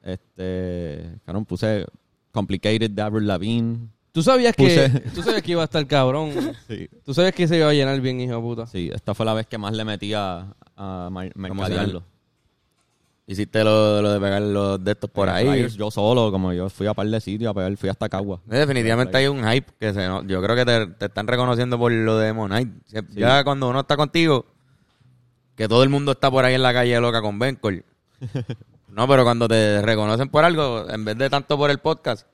Speaker 3: Este, cabrón, puse Complicated de Avril Lavigne.
Speaker 4: ¿Tú sabías que
Speaker 3: Puse-
Speaker 4: tú sabías que iba a estar cabrón?
Speaker 3: [LAUGHS] Sí.
Speaker 4: ¿Tú sabías que se iba a llenar bien, hijo de puta?
Speaker 3: esta fue la vez que más le metí a, a mar- mercadearlo.
Speaker 2: Hiciste lo, lo de pegar los de estos por
Speaker 3: Eh,
Speaker 2: ahí.
Speaker 3: Flyers Yo solo, como yo fui a par de sitios a pegar, fui hasta Cagua.
Speaker 2: Eh, Definitivamente hay un hype que se no- yo creo que te, te están reconociendo por lo de Monite. Ya cuando uno está contigo, que todo el mundo está por ahí en la calle loca con [LAUGHS] Bencor. No, pero cuando te reconocen por algo, en vez de tanto por el podcast,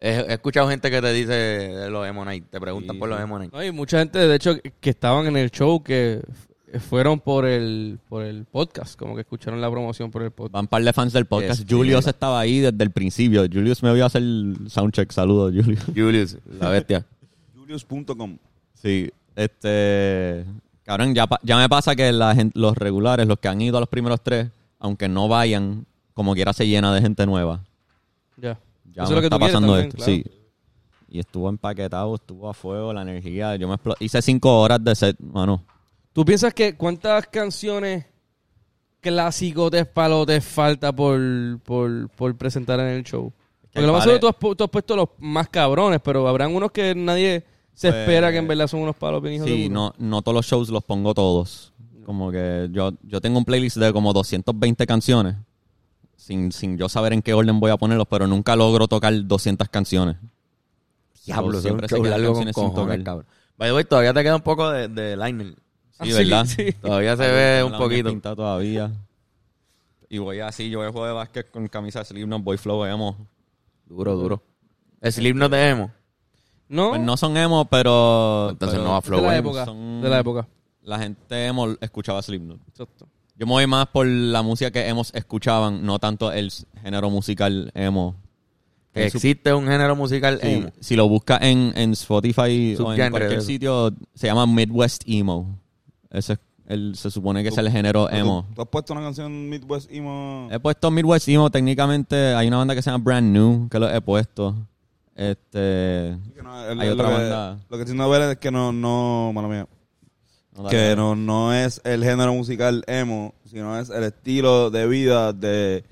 Speaker 2: he, he escuchado gente que te dice de los de Monite, te preguntan por los de Monite.
Speaker 4: No, y mucha gente, de hecho, que estaban en el show que f- fueron por el, por el podcast, como que escucharon la promoción por el podcast.
Speaker 3: Van par de fans del podcast.
Speaker 2: Es-
Speaker 3: Julius estaba ahí desde el principio. Julius me vio hacer el soundcheck. Saludos, Julius.
Speaker 2: Julius, la bestia.
Speaker 1: Julius.com.
Speaker 3: Sí, este. Cabrón, ya, pa- ya me pasa que la gen- los regulares, los que han ido a los primeros tres, aunque no vayan, como quiera se llena de gente nueva.
Speaker 4: Ya.
Speaker 3: Ya
Speaker 4: Eso es
Speaker 3: me
Speaker 4: lo que
Speaker 3: está
Speaker 4: tú quieres
Speaker 3: pasando
Speaker 4: también,
Speaker 3: esto.
Speaker 4: claro.
Speaker 3: Sí. Y estuvo empaquetado, estuvo a fuego, la energía. Yo me explo- hice cinco horas de set, mano.
Speaker 4: ¿Tú piensas que cuántas canciones clásicos de palotes falta por, por, por presentar en el show?
Speaker 3: que
Speaker 4: Porque lo más
Speaker 3: vale-
Speaker 4: seguro tú has, pu- tú has puesto los más cabrones, pero habrán unos que nadie se
Speaker 3: Pues-
Speaker 4: espera que en verdad son unos palos bien hijos de
Speaker 3: Sí,
Speaker 4: puta.
Speaker 3: no, no todos los shows los pongo todos. Como que yo, yo tengo un playlist de como 220 canciones. Sin, sin yo saber en qué orden voy a ponerlos, pero nunca logro tocar 200 canciones.
Speaker 2: [LAUGHS] Diablo, eso
Speaker 3: Yo
Speaker 2: es un
Speaker 3: siempre
Speaker 2: show
Speaker 3: se quedan
Speaker 2: largo con
Speaker 3: canciones sin
Speaker 2: cojones,
Speaker 3: tocar.
Speaker 2: cabrón. By the way, todavía te queda un poco de, de liner.
Speaker 4: Ah, sí,
Speaker 3: Sí,
Speaker 2: [LAUGHS]
Speaker 3: ¿verdad?
Speaker 4: sí.
Speaker 2: Todavía se ve
Speaker 3: Tengo
Speaker 2: un
Speaker 3: la uña
Speaker 2: poquito.
Speaker 3: pintada todavía. Eh, Y voy así, yo juego de básquet con camisa de Slipknot, voy flow emo.
Speaker 2: Duro, duro. El slip no te emo.
Speaker 4: ¿No?
Speaker 3: Pues no son emo, pero...
Speaker 2: Entonces
Speaker 3: pero
Speaker 2: no va a
Speaker 4: Es de
Speaker 2: flow
Speaker 4: la
Speaker 2: emo.
Speaker 4: época.
Speaker 3: son-
Speaker 4: De la época.
Speaker 3: La gente emo escuchaba Slipknot.
Speaker 4: Exacto.
Speaker 3: Yo me voy más por la música que emos escuchaban, no tanto el s- género musical emo.
Speaker 2: Que existe un género musical
Speaker 3: Sí,
Speaker 2: emo.
Speaker 3: si lo buscas en, en Spotify o
Speaker 2: Subgénero
Speaker 3: en
Speaker 2: de
Speaker 3: cualquier
Speaker 2: eso.
Speaker 3: sitio, se llama Midwest Emo. Ese es el, se supone que es el género emo.
Speaker 1: ¿Tú, tú has puesto una canción Midwest Emo?
Speaker 2: Eh,
Speaker 3: He puesto Midwest Emo, técnicamente hay una banda que se llama Brand New, que lo he puesto. Este...
Speaker 1: Que no, el-
Speaker 3: hay
Speaker 1: lo
Speaker 3: otra
Speaker 1: que-
Speaker 3: banda.
Speaker 1: Lo que tiene que ver es que no, no, mala mía,
Speaker 3: no la-
Speaker 1: que no, no es el género musical emo, sino es el estilo de vida de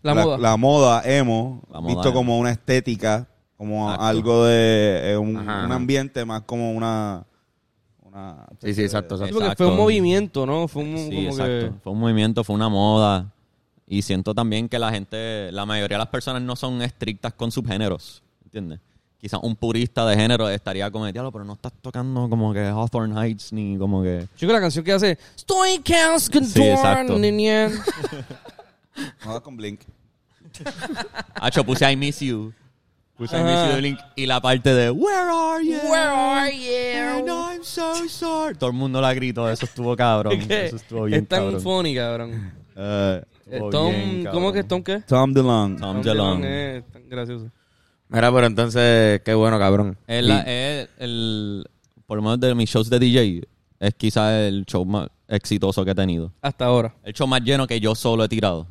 Speaker 4: La moda.
Speaker 1: moda emo,
Speaker 3: La moda
Speaker 1: visto
Speaker 3: emo.
Speaker 1: como una estética, como
Speaker 3: Exacto.
Speaker 1: algo de eh, un,
Speaker 2: Ajá.
Speaker 1: un ambiente más como una... una
Speaker 2: Sí, sí, exacto,
Speaker 4: Sí,
Speaker 2: exacto.
Speaker 4: porque fue
Speaker 3: exacto.
Speaker 4: un movimiento, ¿no? Fue un,
Speaker 3: Sí,
Speaker 4: Mm, como
Speaker 3: exacto.
Speaker 4: que...
Speaker 3: Fue un movimiento, fue una moda. Y siento también que la gente, la mayoría de las personas no son estrictas con sus géneros. ¿Entiendes? Quizás un purista de género estaría como, diablo, pero no estás tocando como que Hawthorne Heights ni como que.
Speaker 4: Chico, la canción que hace... Estoy caos con
Speaker 3: Sí, exacto. [LAUGHS]
Speaker 1: No da con Blink.
Speaker 3: Hacho, puse I miss you. Puse el Missy de Blink y la parte de Where are you?
Speaker 5: Where are you?
Speaker 3: And I'm so sorry. Todo el mundo la gritó. Eso estuvo cabrón.
Speaker 4: ¿Qué?
Speaker 3: Eso estuvo bien
Speaker 4: es tan
Speaker 3: cabrón.
Speaker 4: funny, cabrón. Eh,
Speaker 3: Eh, estuvo
Speaker 4: Tom,
Speaker 3: bien
Speaker 4: ¿Cómo que es
Speaker 3: cabrón.
Speaker 4: Tom qué? Eh,
Speaker 1: Tom DeLonge.
Speaker 3: Tom DeLonge.
Speaker 4: es tan gracioso.
Speaker 2: Mira, pero entonces, qué bueno, cabrón.
Speaker 3: Es la-
Speaker 2: Y-
Speaker 3: es el, por lo menos de mis shows de DJ, es quizás el show más exitoso que he tenido.
Speaker 4: Hasta ahora.
Speaker 3: El show más lleno que yo solo he tirado.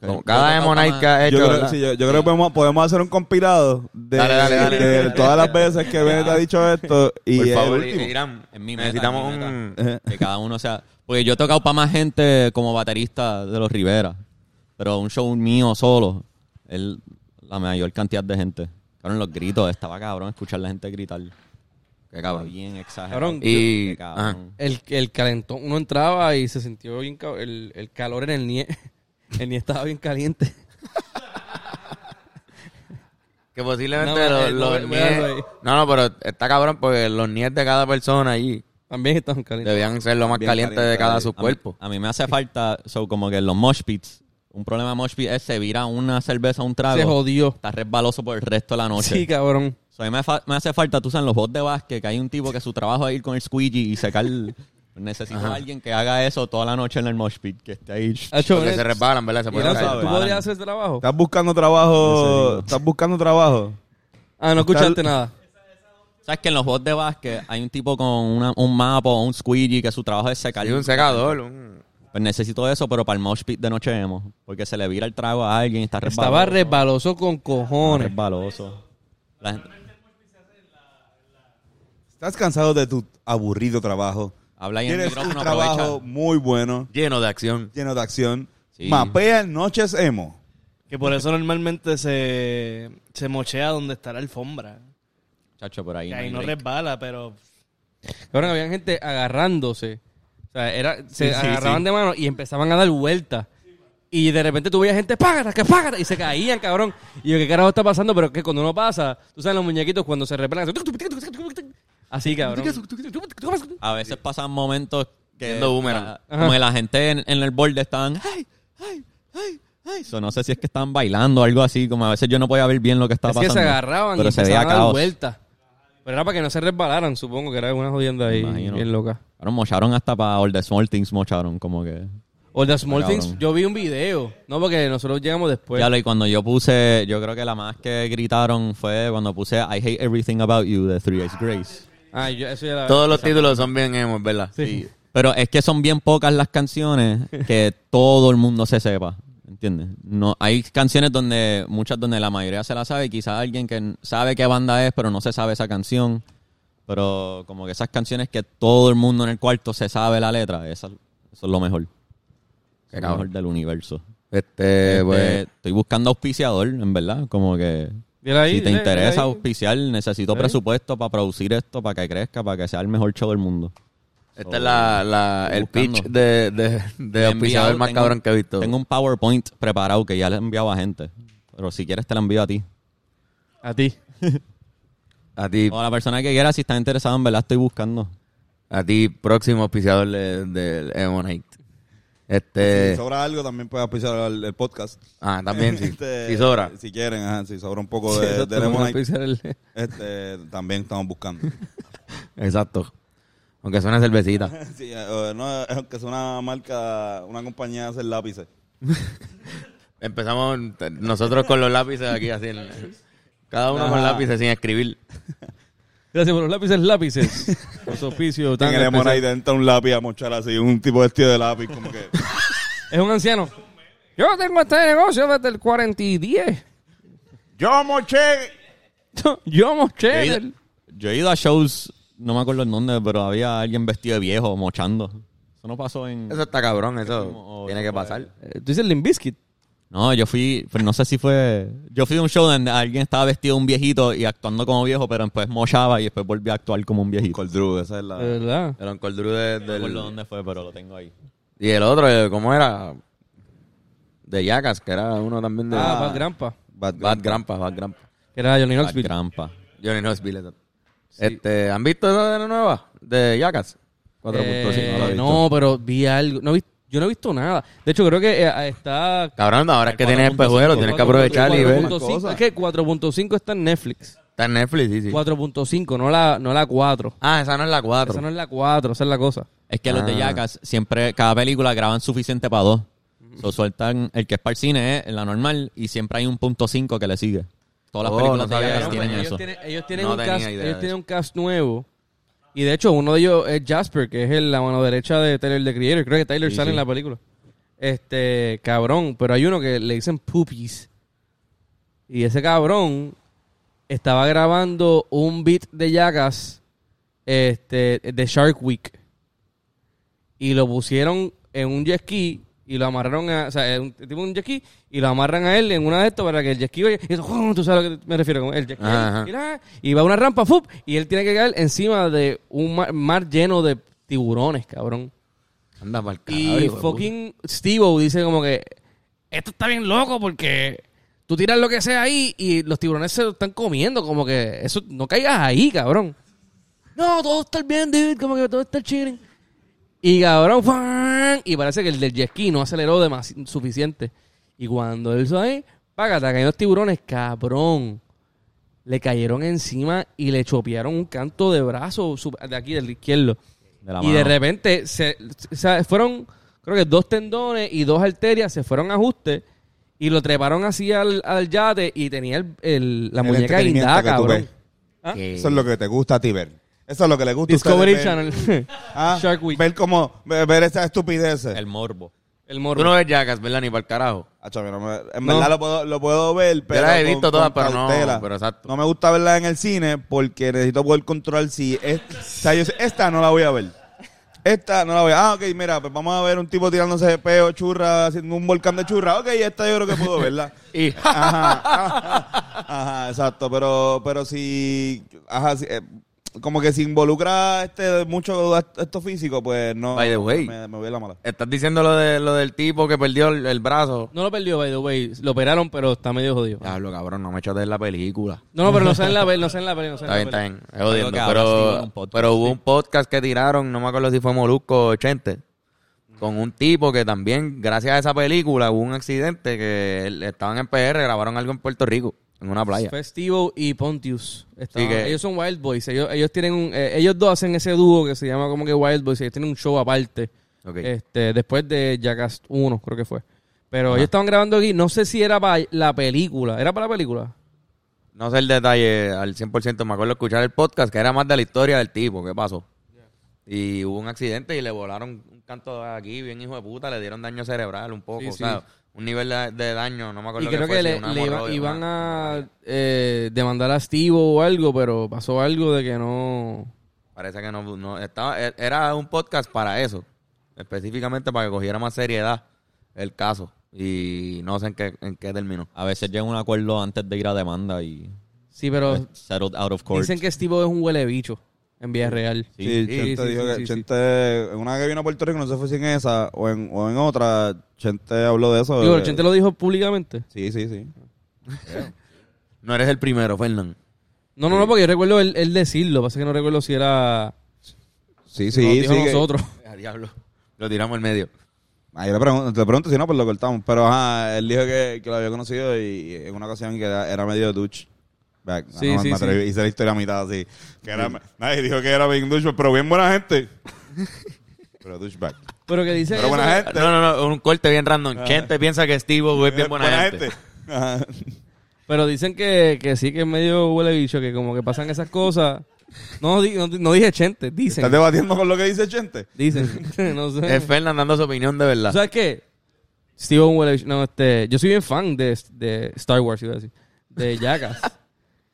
Speaker 2: como cada
Speaker 3: Yo he tocado
Speaker 2: demonaica que
Speaker 3: más-
Speaker 2: ha hecho,
Speaker 1: Yo creo,
Speaker 2: ¿verdad?
Speaker 1: sí, yo- yo creo que podemos, podemos hacer un compilado de,
Speaker 2: Dale, dale, dale,
Speaker 1: de
Speaker 2: dale,
Speaker 1: todas las veces que Bennett ha dicho esto. Y
Speaker 2: Por
Speaker 1: el
Speaker 2: favor,
Speaker 1: último.
Speaker 2: Irán,
Speaker 3: Es mi meta,
Speaker 2: necesitamos
Speaker 3: mi meta.
Speaker 2: un...
Speaker 1: Ajá.
Speaker 3: Que cada uno sea. Porque yo he tocado para más gente como baterista de los Rivera. Pero un show mío solo. Es la mayor cantidad de gente. Cabrón, los gritos. Estaba cabrón escuchar a la gente gritar.
Speaker 2: Qué
Speaker 3: Estaba
Speaker 2: cabrón.
Speaker 3: bien exagerado.
Speaker 4: Cabrón, ah.
Speaker 2: Y-
Speaker 3: Qué cabrón.
Speaker 4: El, el calentón. Uno entraba y se sintió bien. ca- El, el calor en el nie. [LAUGHS] El nie estaba bien caliente. [LAUGHS]
Speaker 2: Que posiblemente
Speaker 4: No,
Speaker 2: los,
Speaker 4: eh,
Speaker 2: los
Speaker 4: no,
Speaker 2: niés-
Speaker 4: véalo ahí.
Speaker 2: No, no, pero está cabrón porque los niés de cada persona allí
Speaker 4: También estaban calientes.
Speaker 2: debían ser lo más
Speaker 1: Bien
Speaker 2: caliente de
Speaker 1: caliente,
Speaker 2: cada
Speaker 1: ahí.
Speaker 2: su
Speaker 3: A mí-
Speaker 2: cuerpo.
Speaker 3: A mí, me hace falta, so, como que los mosh pits. Un problema de mosh pit es se vira una cerveza, un trago.
Speaker 4: Se jodió.
Speaker 3: Está resbaloso por el resto de la noche.
Speaker 4: Sí, cabrón.
Speaker 3: So, a mí me, fa- me hace falta, tú sabes, los bots de básquet, que hay un tipo que su trabajo es ir con el squeegee y
Speaker 4: [LAUGHS]
Speaker 3: sacar... el- Necesito a alguien que haga eso toda la noche en el mosh pit, que esté ahí...
Speaker 4: Hacho,
Speaker 2: Porque
Speaker 4: eh,
Speaker 2: se pues, resbalan, ¿verdad? Se
Speaker 4: y
Speaker 2: pueden
Speaker 4: no sé,
Speaker 2: caer.
Speaker 4: ¿Tú podrías hacer trabajo?
Speaker 1: ¿Estás buscando trabajo? ¿Estás buscando trabajo?
Speaker 4: Ah, no escuchaste nada.
Speaker 3: ¿Sabes que en los bots de básquet hay un tipo con una- un mapa o un squeegee que su trabajo es secar...
Speaker 2: Hay un secador. un-
Speaker 3: Pues necesito eso, pero para el mosh pit de noche emo, porque se le vira el trago a alguien y está resbaloso.
Speaker 4: Estaba resbaloso con cojones.
Speaker 3: resbaloso. La gente-
Speaker 1: ¿Estás cansado de tu aburrido trabajo?
Speaker 3: Habla ahí en el
Speaker 1: Tienes un
Speaker 3: micrófono,
Speaker 1: trabajo
Speaker 3: aprovecha.
Speaker 1: muy bueno,
Speaker 2: Lleno de acción.
Speaker 1: lleno de acción.
Speaker 3: Sí.
Speaker 1: Mapea noches emo.
Speaker 5: Que por eso normalmente se, se mochea donde está la alfombra.
Speaker 3: Chacho, por ahí.
Speaker 5: Que
Speaker 3: no hay
Speaker 5: ahí no
Speaker 3: break.
Speaker 5: resbala, pero
Speaker 4: Cabrón, había gente agarrándose. O sea, era, se
Speaker 3: Sí, sí,
Speaker 4: agarraban
Speaker 3: sí.
Speaker 4: de mano y empezaban a dar vueltas. Y de repente tú veías gente, págata, que págata. Y se caían, cabrón. Y yo, ¿qué carajo está pasando? Pero que cuando uno pasa, tú sabes, los muñequitos cuando se repelan. hacen Así, cabrón.
Speaker 3: A veces pasan momentos que.
Speaker 2: Siendo boomerang.
Speaker 3: Ah, como que la gente en, en el borde estaban. ¡Ay! ¡Ay! ¡Ay! ¡Ay! So, no sé si es que estaban bailando o algo así. Como a veces yo no podía ver bien lo que estaba
Speaker 4: Así que
Speaker 3: pasando.
Speaker 4: se agarraban
Speaker 3: Pero
Speaker 4: y
Speaker 3: se veía
Speaker 4: empezaban a dar
Speaker 3: caos.
Speaker 4: vueltas. Pero era para que no se resbalaran, supongo que era una jodienda ahí
Speaker 3: imagino.
Speaker 4: bien loca.
Speaker 3: Claro, mocharon hasta para All the Small Things, mocharon como que.
Speaker 4: O The Small
Speaker 3: Cabrón.
Speaker 4: Things, yo vi un video. No, porque nosotros llegamos después.
Speaker 3: Ya lo, y cuando yo puse, yo creo que la más que gritaron fue cuando puse I Hate Everything About You de Three Days Grace.
Speaker 4: Ah, yo, eso ya la-
Speaker 2: Todos los títulos son bien emos, ¿verdad?
Speaker 4: Sí.
Speaker 3: Pero es que son bien pocas las canciones
Speaker 4: [LAUGHS]
Speaker 3: que todo el mundo se sepa. ¿Entiendes? No, hay canciones donde, muchas donde la mayoría se la sabe, y quizás alguien que n- sabe qué banda es, pero no se sabe esa canción. Pero como que esas canciones que todo el mundo en el cuarto se sabe la letra, esa- eso es lo mejor. Eso
Speaker 2: Qué
Speaker 3: Es lo mejor
Speaker 2: cabrón.
Speaker 3: del universo.
Speaker 2: Este,
Speaker 3: Este,
Speaker 2: pues...
Speaker 3: estoy buscando auspiciador, en verdad. Como que
Speaker 4: Dile ahí, eh,
Speaker 3: si te
Speaker 4: dile, dile
Speaker 3: interesa
Speaker 4: ahí.
Speaker 3: auspiciar, necesito
Speaker 4: Dile ahí.
Speaker 3: presupuesto para producir esto, para que crezca, para que sea el mejor show del mundo.
Speaker 2: Este es la, la- el
Speaker 3: Buscando.
Speaker 2: pitch de, de, de
Speaker 3: Te he
Speaker 2: auspiciador
Speaker 3: enviado-
Speaker 2: más
Speaker 3: tengo-
Speaker 2: cabrón que he visto.
Speaker 3: Tengo un PowerPoint preparado que ya le he enviado a gente. Pero si quieres te la envío a ti.
Speaker 4: A ti.
Speaker 2: A ti,
Speaker 3: O a la persona que quiera, si está interesado, en verdad estoy buscando.
Speaker 2: a ti próximo auspiciador de- del Emo Night. Este...
Speaker 4: Eh,
Speaker 1: Si sobra algo, también puedes auspiciar el, el podcast.
Speaker 2: Ah, también,
Speaker 1: [LAUGHS]
Speaker 2: sí.
Speaker 1: Este,
Speaker 2: Si sobra.
Speaker 1: Si quieren, ajá, si sobra un poco
Speaker 4: Sí,
Speaker 1: de,
Speaker 4: eso
Speaker 1: de
Speaker 4: te lo voy a
Speaker 1: Lemonade,
Speaker 4: pisar el-
Speaker 1: este, también estamos buscando.
Speaker 4: [LAUGHS]
Speaker 1: [LAUGHS]
Speaker 2: [LAUGHS] Exacto. Aunque suene cervecita.
Speaker 1: [LAUGHS] Sí, eh, no, es que es una marca, una compañía de hacer lápices.
Speaker 2: Empezamos t- nosotros con los lápices aquí así. en- cada uno con lápices sin escribir.
Speaker 4: Gracias por los lápices, lápices.
Speaker 2: [LAUGHS]
Speaker 4: Por su auspicio tan
Speaker 1: En el
Speaker 4: especial.
Speaker 1: Lemonade entra un lápiz a mochar así, un tipo vestido de lápiz, como
Speaker 4: [LAUGHS]
Speaker 1: que...
Speaker 4: Es un anciano. Yo tengo este negocio desde el 40 y 10.
Speaker 1: ¡Yo moché!
Speaker 4: [LAUGHS] Yo
Speaker 3: Yo he,
Speaker 4: mostré.
Speaker 3: ido, yo he ido a shows, no me acuerdo el nombre, pero había alguien vestido de viejo, mochando. Eso no pasó en...
Speaker 2: Eso está cabrón,
Speaker 3: fuimos,
Speaker 2: eso
Speaker 3: o
Speaker 2: tiene
Speaker 3: eso
Speaker 2: que
Speaker 3: fue-
Speaker 2: pasar.
Speaker 4: Eh, Tú dices Limbiskit.
Speaker 3: No, yo fui, pero no sé si fue... Yo fui a un show donde alguien estaba vestido de un viejito y actuando como viejo, pero después mochaba y después volvió a actuar como un viejito.
Speaker 1: Coldrew, esa es la...
Speaker 4: De verdad.
Speaker 2: El Uncle Drew de-
Speaker 3: No me acuerdo
Speaker 2: del...
Speaker 3: dónde fue, pero lo tengo ahí.
Speaker 2: Y el otro, el- ¿cómo era? De Yacas, que era uno también de...
Speaker 4: Ah, Bad Grandpa.
Speaker 1: Bad,
Speaker 2: Bad Grandpa, Bad Grandpa.
Speaker 4: Que era Johnny
Speaker 3: La
Speaker 4: Knoxville.
Speaker 3: trampa.
Speaker 2: Johnny Knoxville. exacto. Este, ¿Han visto esa de la nueva? De Yacas. 4.5.
Speaker 4: Eh,
Speaker 2: no la he visto.
Speaker 4: no, pero vi algo. ¿No viste? Yo no he visto nada. De hecho, creo que eh, está...
Speaker 2: Cabrón, ahora es que tienes el pejuelo, tienes que aprovechar y ver.
Speaker 4: 4.5, Es que 4.5 está en Netflix.
Speaker 2: Está en Netflix, sí, sí.
Speaker 4: 4.5, no la, no la 4.
Speaker 2: Ah, esa no es la 4.
Speaker 4: Esa no es la 4, esa es la cosa.
Speaker 3: Es que los de
Speaker 2: Ah.
Speaker 3: Yacas siempre, cada película graban suficiente para dos. So, sueltan el que es para el cine, es la normal, y siempre hay un punto cinco que le sigue. Todas las
Speaker 2: Oh,
Speaker 3: películas
Speaker 2: no
Speaker 3: de
Speaker 2: sabía
Speaker 3: Jackass
Speaker 2: eso.
Speaker 3: tienen
Speaker 4: ellos
Speaker 3: eso.
Speaker 4: tienen, ellos tienen
Speaker 2: No
Speaker 4: un
Speaker 2: tenía
Speaker 4: cast,
Speaker 2: idea
Speaker 4: ellos
Speaker 2: de
Speaker 4: tienen
Speaker 2: eso.
Speaker 4: un cast nuevo. Y de hecho, uno de ellos es Jasper, que es el- la mano derecha de Tyler the Creator. Creo que Tyler sale en la película. Este, cabrón. Pero hay uno que le dicen Poopies. Y ese cabrón estaba grabando un beat de Jackass este, de Shark Week. Y lo pusieron en un jet ski y lo amarraron a. O sea, en un, tipo un jet ski y lo amarran a él en una de estas para que el jet ski vaya. Y eso, [LAUGHS] ¡jum! tú sabes a lo que me refiero. Como el jet ski.
Speaker 2: Ajá.
Speaker 4: mira, y va a una rampa, ¡fup! Y él tiene que caer encima de un mar, mar lleno de tiburones, cabrón.
Speaker 2: Anda pa'l carajo,
Speaker 4: Y
Speaker 2: hijo de
Speaker 4: fucking Steve dice como que esto está bien loco porque tú tiras lo que sea ahí y los tiburones se lo están comiendo. Como que eso no caigas ahí, cabrón. No, todo está bien, dude. Como que todo está chilling. Y cabrón, ¡fuan! y parece que el del jet ski no aceleró demasi- suficiente. Y cuando él hizo ahí, págata, caen los tiburones, cabrón. Le cayeron encima y le chopearon un canto de brazo su- de aquí, del izquierdo.
Speaker 3: De la
Speaker 4: y de
Speaker 3: mano.
Speaker 4: repente se, o sea, fueron, creo que dos tendones y dos arterias se fueron a ajuste y lo treparon así al, al yate y tenía el- el- la
Speaker 1: El
Speaker 4: muñeca
Speaker 1: entretenimiento
Speaker 4: guindada,
Speaker 1: que tú
Speaker 4: cabrón.
Speaker 1: ves.
Speaker 4: Ah.
Speaker 1: Eso es lo que te gusta a ti ver. Eso es lo que le gusta a
Speaker 4: Discovery
Speaker 1: ustedes ver.
Speaker 4: Channel.
Speaker 1: Ah,
Speaker 4: Shark Week.
Speaker 1: Ver cómo, ver ver esas estupideces.
Speaker 3: El morbo.
Speaker 4: [LAUGHS] El
Speaker 2: Tú
Speaker 4: morro.
Speaker 2: no ves Jackass, ¿verdad? Ni para el carajo.
Speaker 1: Acho, mira, me- en
Speaker 4: No.
Speaker 1: verdad lo puedo, lo puedo ver, pero.
Speaker 2: las he visto todas, pero no,
Speaker 1: cautela.
Speaker 2: pero exacto.
Speaker 1: No me gusta verla en el cine porque necesito poder controlar si. Es, o sea, yo sé, esta no la voy a ver. Esta no la voy a Ah, ok, mira, pues vamos a ver un tipo tirándose de peo, churra, haciendo un volcán de churra. Ok, esta yo creo que puedo verla.
Speaker 2: Y
Speaker 1: Ajá, ajá, ajá, exacto, pero, pero si, ajá, si, eh, como que si involucra este mucho esto físico, pues no.
Speaker 2: By the way.
Speaker 1: Me, me voy a la mala.
Speaker 2: estás diciendo lo, de, lo del tipo que perdió el, el brazo.
Speaker 4: No lo perdió, by the way. Lo operaron, pero está medio jodido.
Speaker 2: Diablo, cabrón, no me echaste en la película.
Speaker 4: No, no, pero no sé en la peli, no sé en la peli, no sé en
Speaker 2: Está
Speaker 4: la
Speaker 2: bien,
Speaker 4: peli.
Speaker 2: está bien. Es jodiendo,
Speaker 3: que ahora sí hubo
Speaker 2: pero,
Speaker 3: un podcast,
Speaker 2: pero hubo
Speaker 3: sí.
Speaker 2: un podcast que tiraron, no me acuerdo si fue Molusco o Chente,
Speaker 4: Mm.
Speaker 2: con un tipo que también, gracias a esa película, hubo un accidente que él- estaban en PR, grabaron algo en Puerto Rico, en una playa.
Speaker 4: Festivo y Pontius. Estaban-
Speaker 2: Sí, que-
Speaker 4: Ellos son Wild Boys. Ellos, ellos tienen un, eh, ellos dos hacen ese dúo que se llama como que Wild Boys. Ellos tienen un show aparte.
Speaker 2: Ok.
Speaker 4: Este, después de Jackass 1, creo que fue. Pero ellos estaban grabando aquí. No sé si era para la película. ¿Era para la película?
Speaker 2: No sé el detalle al 100%, me acuerdo escuchar el podcast que era más de la historia del tipo, qué pasó. Y hubo un accidente y le volaron un canto aquí, bien hijo de puta, le dieron daño cerebral un poco,
Speaker 4: Sí,
Speaker 2: o
Speaker 4: sí.
Speaker 2: sea, un nivel de, de daño, no me
Speaker 4: Y
Speaker 2: acuerdo
Speaker 4: creo que,
Speaker 2: fue, si
Speaker 4: le,
Speaker 2: una
Speaker 4: le iba-
Speaker 2: hemorroide,
Speaker 4: iban
Speaker 2: una-
Speaker 4: a eh, demandar a Steve o algo, pero pasó algo de que no...
Speaker 2: Parece que no, no- estaba, e- era un podcast para eso, específicamente para que cogiera más seriedad el caso y no sé en qué, en qué terminó.
Speaker 3: A veces llegan a un acuerdo antes de ir a demanda y
Speaker 4: Sí, pero
Speaker 3: settled out of
Speaker 2: Pues,
Speaker 3: court.
Speaker 4: dicen que Steve es un huele bicho en vía real.
Speaker 1: Sí,
Speaker 4: sí,
Speaker 1: Chente
Speaker 4: sí,
Speaker 1: dijo
Speaker 4: sí,
Speaker 1: que
Speaker 4: sí, sí.
Speaker 1: Chente, en una que vino a Puerto Rico, no sé fue si en esa o en, o en otra, Chente habló de eso.
Speaker 4: Digo,
Speaker 1: de-
Speaker 4: el Chente lo dijo públicamente.
Speaker 1: Sí, sí, sí.
Speaker 2: No eres el primero, Fernán.
Speaker 4: No, no, no, porque yo recuerdo él, él decirlo. Pasa que no recuerdo si era.
Speaker 1: Sí, sí,
Speaker 4: si nos
Speaker 1: sí.
Speaker 4: dijo
Speaker 1: que-
Speaker 4: nosotros. [LAUGHS]
Speaker 2: A diablo. Lo tiramos al medio.
Speaker 1: Ah, yo le pregunto, te pregunto si no, pues lo cortamos. Pero ajá, él dijo que, que lo había conocido y, y en una ocasión que era, era medio douche. Back.
Speaker 4: Sí,
Speaker 1: No,
Speaker 4: sí,
Speaker 1: me atreví,
Speaker 4: sí.
Speaker 1: Hice la historia a mitad así. Que era, Nadie dijo que era bien douche, pero bien buena
Speaker 4: [LAUGHS]
Speaker 1: gente. pero douchebag.
Speaker 4: Pero que dice.
Speaker 1: Pero
Speaker 4: eso-
Speaker 1: buena gente.
Speaker 2: No, no, no, un corte bien random. Gente piensa que
Speaker 4: Pues
Speaker 2: Steve es bien buena, gente.
Speaker 1: Ajá.
Speaker 4: pero dicen que, que sí, que es medio huele bicho, que como que pasan esas cosas. No, di- no, no dije Chente,
Speaker 1: ¿Estás
Speaker 4: dicen.
Speaker 1: debatiendo con lo que dice Chente? [LAUGHS]
Speaker 4: Dicen. [LAUGHS] no sé.
Speaker 2: Es Fernan dando su opinión de verdad.
Speaker 4: ¿Tú ¿Sabes qué? Steve es un huele bicho. No, este. Yo soy bien fan de, de Star Wars, iba a decir.
Speaker 1: [LAUGHS]
Speaker 4: De Jackass.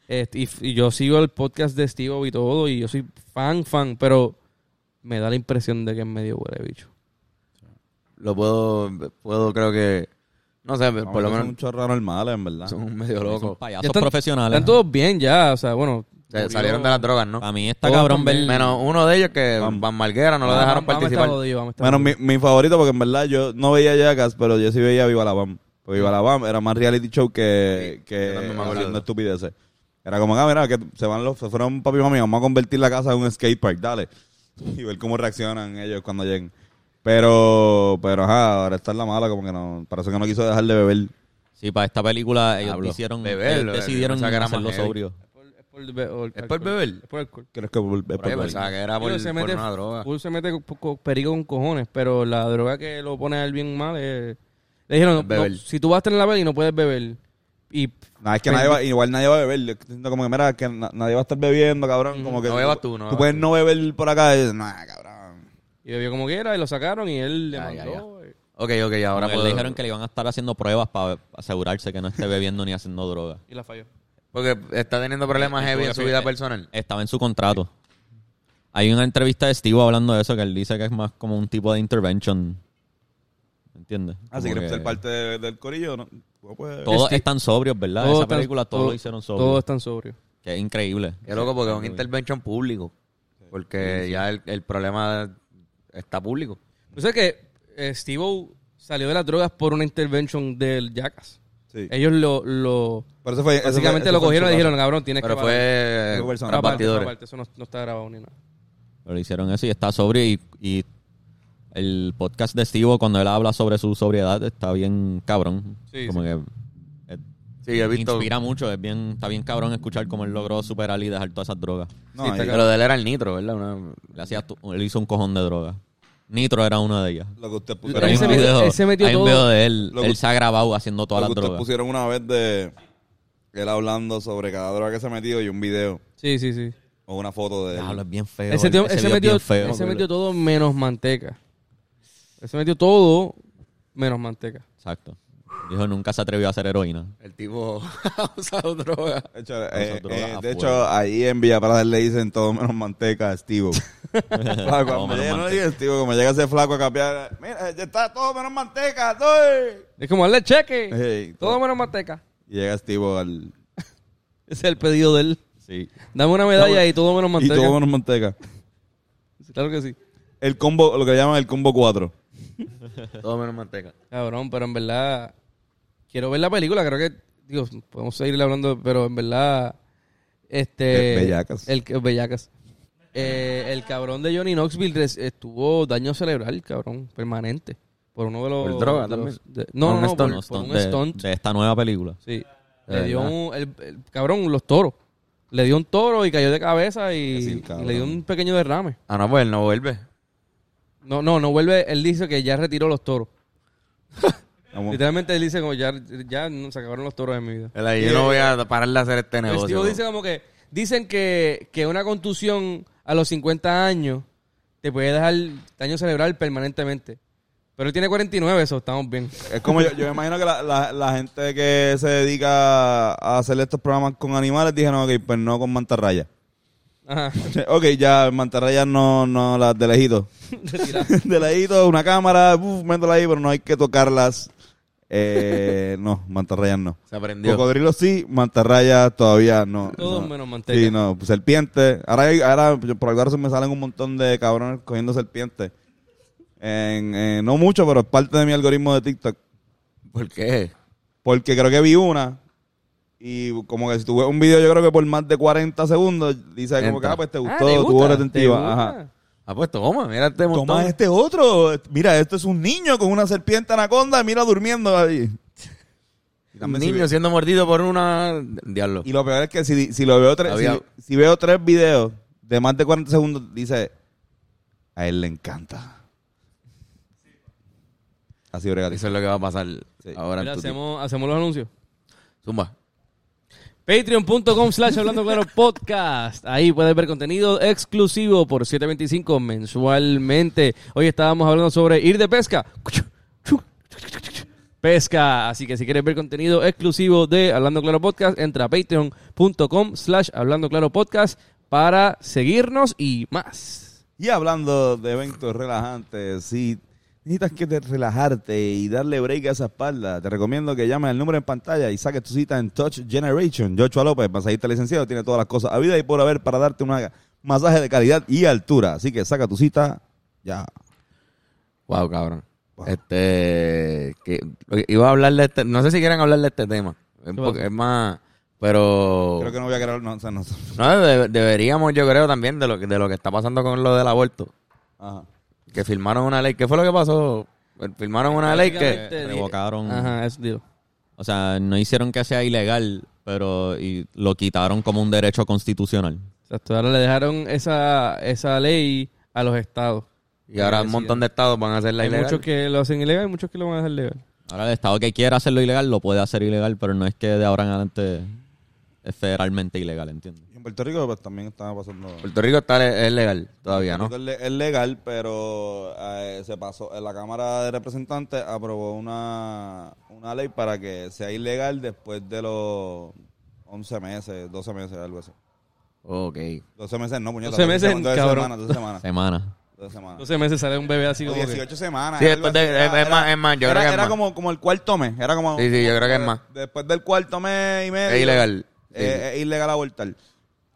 Speaker 4: Este, y, y yo sigo el podcast de Steve y todo, y yo soy fan, fan, pero me da la impresión de que es medio huele bicho.
Speaker 2: Lo puedo, puedo creo que, no sé,
Speaker 1: No,
Speaker 2: por lo
Speaker 1: que Son un
Speaker 2: menos
Speaker 1: chorro normal, en verdad.
Speaker 2: [LAUGHS] son medio
Speaker 3: son
Speaker 2: locos.
Speaker 3: payasos
Speaker 4: Ya están-
Speaker 3: profesionales.
Speaker 4: Están todos bien ya, o sea, bueno.
Speaker 2: Se- salieron de las drogas, ¿no?
Speaker 3: Para mí está
Speaker 4: Todos
Speaker 3: cabrón
Speaker 4: también.
Speaker 3: ver...
Speaker 2: Menos uno de ellos que Van Marguera
Speaker 4: Ah,
Speaker 2: no lo dejaron participar.
Speaker 1: Bueno, mi, mi favorito, porque en verdad yo no veía Jackass, pero yo sí veía Viva la Bam. Porque Viva la Bam era más reality show que, que
Speaker 2: yo también me acuerdo.
Speaker 1: haciendo estupideces. Era como, ah, mira, que se van los, se fueron [LAUGHS] papi y mami, vamos a convertir la casa en un skatepark, dale. Y ver cómo reaccionan ellos cuando lleguen. Pero, pero ajá, ahora está en la mala, como que no, parece que no quiso dejar de beber.
Speaker 3: Sí, para esta película ellos
Speaker 2: Hablo.
Speaker 3: hicieron,
Speaker 2: Beber,
Speaker 3: ellos
Speaker 2: lo-
Speaker 3: decidieron
Speaker 2: pensaba que era más
Speaker 3: hacerlo
Speaker 2: heavy.
Speaker 3: sobrio.
Speaker 4: Es por, be- o el
Speaker 2: ¿Es por
Speaker 4: alcohol.
Speaker 2: beber?
Speaker 4: Es por alcohol.
Speaker 1: ¿Crees que vol- es
Speaker 2: Por ahí
Speaker 1: por-
Speaker 2: pensaba que era por,
Speaker 4: Pero se
Speaker 2: por
Speaker 4: mete-
Speaker 2: una droga.
Speaker 4: Full se mete con, con perico con cojones, pero la droga que lo pone a él bien mal es... Le dijeron, no,
Speaker 2: Beber.
Speaker 4: no, si tú vas a estar en la peli no puedes beber. Y
Speaker 1: Nada, es que
Speaker 2: [LAUGHS]
Speaker 1: nadie va- igual nadie va a beber. Yo siento como que, mira, que na- nadie va a estar bebiendo, cabrón. Como que
Speaker 2: Mm, No bebas tú, no bebas
Speaker 1: puedes
Speaker 2: tú.
Speaker 1: no beber por acá. Y dices, nah, cabrón.
Speaker 4: Y bebió como quiera y lo sacaron y él le
Speaker 2: Ya,
Speaker 4: mandó. eh,
Speaker 2: Ok, ok, ahora
Speaker 3: Ahora
Speaker 2: puedo.
Speaker 3: le dijeron que le iban a estar haciendo pruebas para asegurarse que no esté bebiendo ni haciendo droga.
Speaker 4: Y la falló.
Speaker 2: Porque está teniendo problemas
Speaker 3: Eh,
Speaker 2: heavy
Speaker 3: tuve
Speaker 2: en su
Speaker 3: que-
Speaker 2: vida
Speaker 3: eh,
Speaker 2: personal.
Speaker 3: Estaba en su contrato. Hay una entrevista de Steve hablando de eso que él dice que es más como un tipo de intervention. ¿Entiendes?
Speaker 1: Así
Speaker 3: Como
Speaker 1: que Ah, ser
Speaker 3: que
Speaker 1: parte de- del corillo, ¿no? pues, Tú puedes-
Speaker 3: Todos
Speaker 4: Steve-
Speaker 3: están sobrios, ¿verdad? Esa
Speaker 4: están-
Speaker 3: película todos
Speaker 4: todo-
Speaker 3: lo hicieron sobrios.
Speaker 4: Todos están sobrios.
Speaker 3: Que es increíble.
Speaker 2: Qué loco, porque es un intervention público. Porque ya el, el problema está público.
Speaker 4: O sea que eh, Steve O salió de las drogas por una intervention del Jackass.
Speaker 1: Sí.
Speaker 4: Ellos lo, lo
Speaker 1: Pero ese fue- ese
Speaker 4: básicamente
Speaker 1: fue-
Speaker 4: lo
Speaker 1: ese fue en
Speaker 4: cogieron y
Speaker 1: su
Speaker 4: dijeron, cabrón, tienes
Speaker 2: Pero
Speaker 4: que
Speaker 2: fue
Speaker 1: Fue personal. Aparte,
Speaker 2: tras
Speaker 4: aparte,
Speaker 2: bastidores.
Speaker 4: aparte, eso no, no está grabado ni nada.
Speaker 3: Pero hicieron eso y está sobrio. Y, y el podcast de Steve, cuando él habla sobre su sobriedad, está bien cabrón.
Speaker 4: Sí,
Speaker 3: como
Speaker 4: sí.
Speaker 3: que eh,
Speaker 2: Sí, he visto.
Speaker 3: inspira mucho. Es bien, está bien cabrón escuchar cómo él logró superar y dejar todas esas drogas.
Speaker 1: casa. No,
Speaker 4: Sí, está
Speaker 1: ahí-
Speaker 4: cabrón.
Speaker 2: Pero de él era el nitro, ¿verdad? Una-
Speaker 3: Le hacía tu- él hizo un cojón de drogas. Nitro era una de ellas.
Speaker 1: lo que usted
Speaker 4: Pero
Speaker 3: Pero
Speaker 1: pusieron,
Speaker 3: hay
Speaker 4: él
Speaker 3: un
Speaker 4: se
Speaker 1: una,
Speaker 4: metió-
Speaker 3: video,
Speaker 4: él se metió
Speaker 3: hay un
Speaker 4: todo.
Speaker 3: video de él.
Speaker 1: Lo que-
Speaker 3: él se ha grabado haciendo
Speaker 1: lo
Speaker 3: todas
Speaker 1: que
Speaker 3: las
Speaker 1: usted
Speaker 3: drogas.
Speaker 1: pusieron una vez de él hablando sobre cada droga que se ha metido y un video
Speaker 4: Sí, sí, sí.
Speaker 1: o una foto de él.
Speaker 3: Diablo, es bien feo.
Speaker 4: Ese, tío- ese
Speaker 3: video es
Speaker 4: metió,
Speaker 3: bien feo.
Speaker 4: ese metió todo menos manteca. Ese metió todo menos manteca.
Speaker 3: Exacto. Dijo, nunca se atrevió a hacer heroína.
Speaker 2: El tipo [LAUGHS] ha usado droga.
Speaker 1: De hecho, eh,
Speaker 3: drogas
Speaker 1: eh, de
Speaker 3: afuera.
Speaker 1: hecho, ahí en Villa Prada le dicen todo menos manteca a Steve. Cuando
Speaker 3: [LAUGHS] Todo menos
Speaker 1: llega- no le
Speaker 3: manteca.
Speaker 1: digan Steve, como llega ese flaco a capear, mira, ya está todo menos manteca, soy.
Speaker 4: Es como darle cheque.
Speaker 1: Ey,
Speaker 4: todo,
Speaker 1: todo.
Speaker 4: menos manteca.
Speaker 1: Y llega Steve al...
Speaker 4: Ese es el pedido de él.
Speaker 3: Sí.
Speaker 4: Dame una medalla y todo menos manteca.
Speaker 1: Y todo menos manteca.
Speaker 4: Claro que sí.
Speaker 1: El combo, lo que le llaman el combo 4.
Speaker 2: Todo menos manteca.
Speaker 4: Cabrón, pero en verdad quiero ver la película, creo que digo, podemos seguir hablando, pero en verdad este
Speaker 1: Eh, bellacas.
Speaker 4: El que- bellacas. Eh, el cabrón de Johnny Knoxville res- estuvo daño cerebral, cabrón, permanente por uno de los
Speaker 2: Por droga
Speaker 4: de
Speaker 2: también.
Speaker 4: los- de- no,
Speaker 2: Por
Speaker 4: no,
Speaker 2: un
Speaker 4: no,
Speaker 2: stunt,
Speaker 4: por,
Speaker 3: No,
Speaker 4: por
Speaker 3: stunt
Speaker 4: un
Speaker 3: de,
Speaker 4: stunt.
Speaker 3: de esta nueva película.
Speaker 4: sí.
Speaker 2: De
Speaker 4: le dio
Speaker 2: verdad.
Speaker 4: un el, el- cabrón los toros. Le dio un toro y cayó de cabeza y,
Speaker 1: Sí,
Speaker 4: y
Speaker 1: cabrón.
Speaker 4: le dio un pequeño derrame.
Speaker 2: Ah, no, pues él no vuelve.
Speaker 4: No, no, no vuelve, él dice que ya retiró los toros. Literalmente él dice como ya ya no, se acabaron los toros de mi vida.
Speaker 2: Él ahí, yo no voy a parar de hacer este
Speaker 4: El
Speaker 2: negocio.
Speaker 4: tipo Pues, dice como que dicen que, que una contusión a los 50 años te puede dejar daño cerebral permanentemente. Pero él tiene 49, eso estamos bien.
Speaker 1: Es como yo, yo me imagino que la, la- la gente que se dedica a hacer estos programas con animales dijeron, ok, pues no con mantarraya. [LAUGHS]
Speaker 4: Ajá.
Speaker 1: Ok, ya mantarraya no, no las de
Speaker 4: [LAUGHS]
Speaker 1: lejito. [LAUGHS] de lejito, una cámara, uf, métela ahí, pero no hay que tocarlas. Eh, no, mantarrayas no.
Speaker 2: Se aprendió.
Speaker 1: Cocodrilos sí, mantarrayas todavía no.
Speaker 4: Todos
Speaker 1: no.
Speaker 4: menos manteca.
Speaker 1: Sí, no, serpiente. Ahora, hay- ahora por alguna razón me salen un montón de cabrones cogiendo serpientes. En- en- no mucho, pero es parte de mi algoritmo de TikTok.
Speaker 2: ¿Por qué?
Speaker 1: Porque creo que vi una. Y como que si tuve un video, yo creo que por más de 40 segundos, dice como que,
Speaker 2: Entra.
Speaker 1: ah, pues te
Speaker 4: Ah,
Speaker 1: gustó,
Speaker 4: ¿te
Speaker 1: tuvo
Speaker 4: gusta? ¿Te
Speaker 1: retentiva.
Speaker 4: gusta?
Speaker 1: Ajá.
Speaker 2: Ah, pues toma, mira este montón.
Speaker 1: Toma este otro. Mira, esto es un niño con una serpiente anaconda. Mira, durmiendo
Speaker 2: [LAUGHS]
Speaker 1: ahí. Y,
Speaker 2: Un
Speaker 1: también si
Speaker 2: niño
Speaker 1: ve-
Speaker 2: siendo mordido por una... Diablo.
Speaker 1: y lo peor es que si, si lo veo tres,
Speaker 2: Había-
Speaker 1: si, si veo tres videos de más de 40 segundos, dice, a él le encanta. Así bregatito.
Speaker 2: Eso es lo que va a pasar
Speaker 1: Sí.
Speaker 2: ahora.
Speaker 4: Mira,
Speaker 2: en tu
Speaker 4: hacemos, hacemos los anuncios.
Speaker 2: tiempo. Zumba.
Speaker 4: Patreon.com slash hablando claro podcast. Ahí puedes ver contenido exclusivo por 7.25 mensualmente. Hoy estábamos hablando sobre ir de pesca. Pesca. Así que si quieres ver contenido exclusivo de Hablando Claro Podcast, entra a patreon.com slash hablando claro podcast para seguirnos y más.
Speaker 1: Y hablando de eventos relajantes, si necesitas que te relajarte y darle break a esa espalda, te recomiendo que llames al número en pantalla y saques tu cita en Touch Generation. Joshua López, masajista licenciado, tiene todas las cosas a vida y por haber para darte un masaje de calidad y altura. Así que saca tu cita ya.
Speaker 2: Wow, cabrón.
Speaker 1: Wow.
Speaker 2: Este. Que, lo que iba a hablar de este. No sé si quieren hablar de este tema. Es,
Speaker 4: ¿Qué
Speaker 2: porque
Speaker 4: pasa?
Speaker 2: es más. Pero.
Speaker 1: Creo que no voy a querer... No, o sea, no.
Speaker 2: No, de- deberíamos, yo creo, también de lo, que, de lo que está pasando con lo del aborto.
Speaker 1: Ajá.
Speaker 2: Que que firmaron una ley. ¿Qué fue lo que pasó? Firmaron una ley que...
Speaker 4: Prácticamente
Speaker 3: revocaron.
Speaker 4: Ajá, eso digo.
Speaker 3: O sea, no hicieron que sea ilegal, pero y lo quitaron como un derecho constitucional.
Speaker 4: Exacto, ahora le dejaron esa, esa ley a los estados.
Speaker 2: Y ahora un montón de estados van a hacer la
Speaker 4: Hay
Speaker 2: ley.
Speaker 4: muchos que lo hacen ilegal y muchos que lo van a dejar legal.
Speaker 3: Ahora el Estado que quiera hacerlo ilegal lo puede hacer ilegal, pero no es que de ahora en adelante es federalmente ilegal, ¿entiendes?
Speaker 1: Y en Puerto Rico pues, también está pasando.
Speaker 2: Puerto Rico está, le- es legal todavía, ¿no?
Speaker 1: Puerto Rico Es le- es legal, pero eh, se pasó. La Cámara de Representantes aprobó una, una ley para que sea ilegal después de los 11 meses, 12 meses, algo así.
Speaker 2: Ok.
Speaker 1: 12 meses no, puñeta.
Speaker 4: 12 meses,
Speaker 1: 12
Speaker 4: cabrón.
Speaker 1: semanas, 12 semanas.
Speaker 3: Semana.
Speaker 1: 12 semanas.
Speaker 4: 12 meses sale un bebé así
Speaker 1: O
Speaker 4: como que-
Speaker 1: 18 semanas.
Speaker 2: Sí,
Speaker 1: algo
Speaker 2: después de-
Speaker 1: así.
Speaker 2: es- es más- es más, yo
Speaker 1: era,
Speaker 2: creo que es
Speaker 1: era
Speaker 2: más.
Speaker 1: Como, como el cuarto mes. Era como.
Speaker 2: Sí, sí, yo creo que es más.
Speaker 1: Después del cuarto mes y medio.
Speaker 2: Es ilegal.
Speaker 1: eh, Es, ilegal abortar.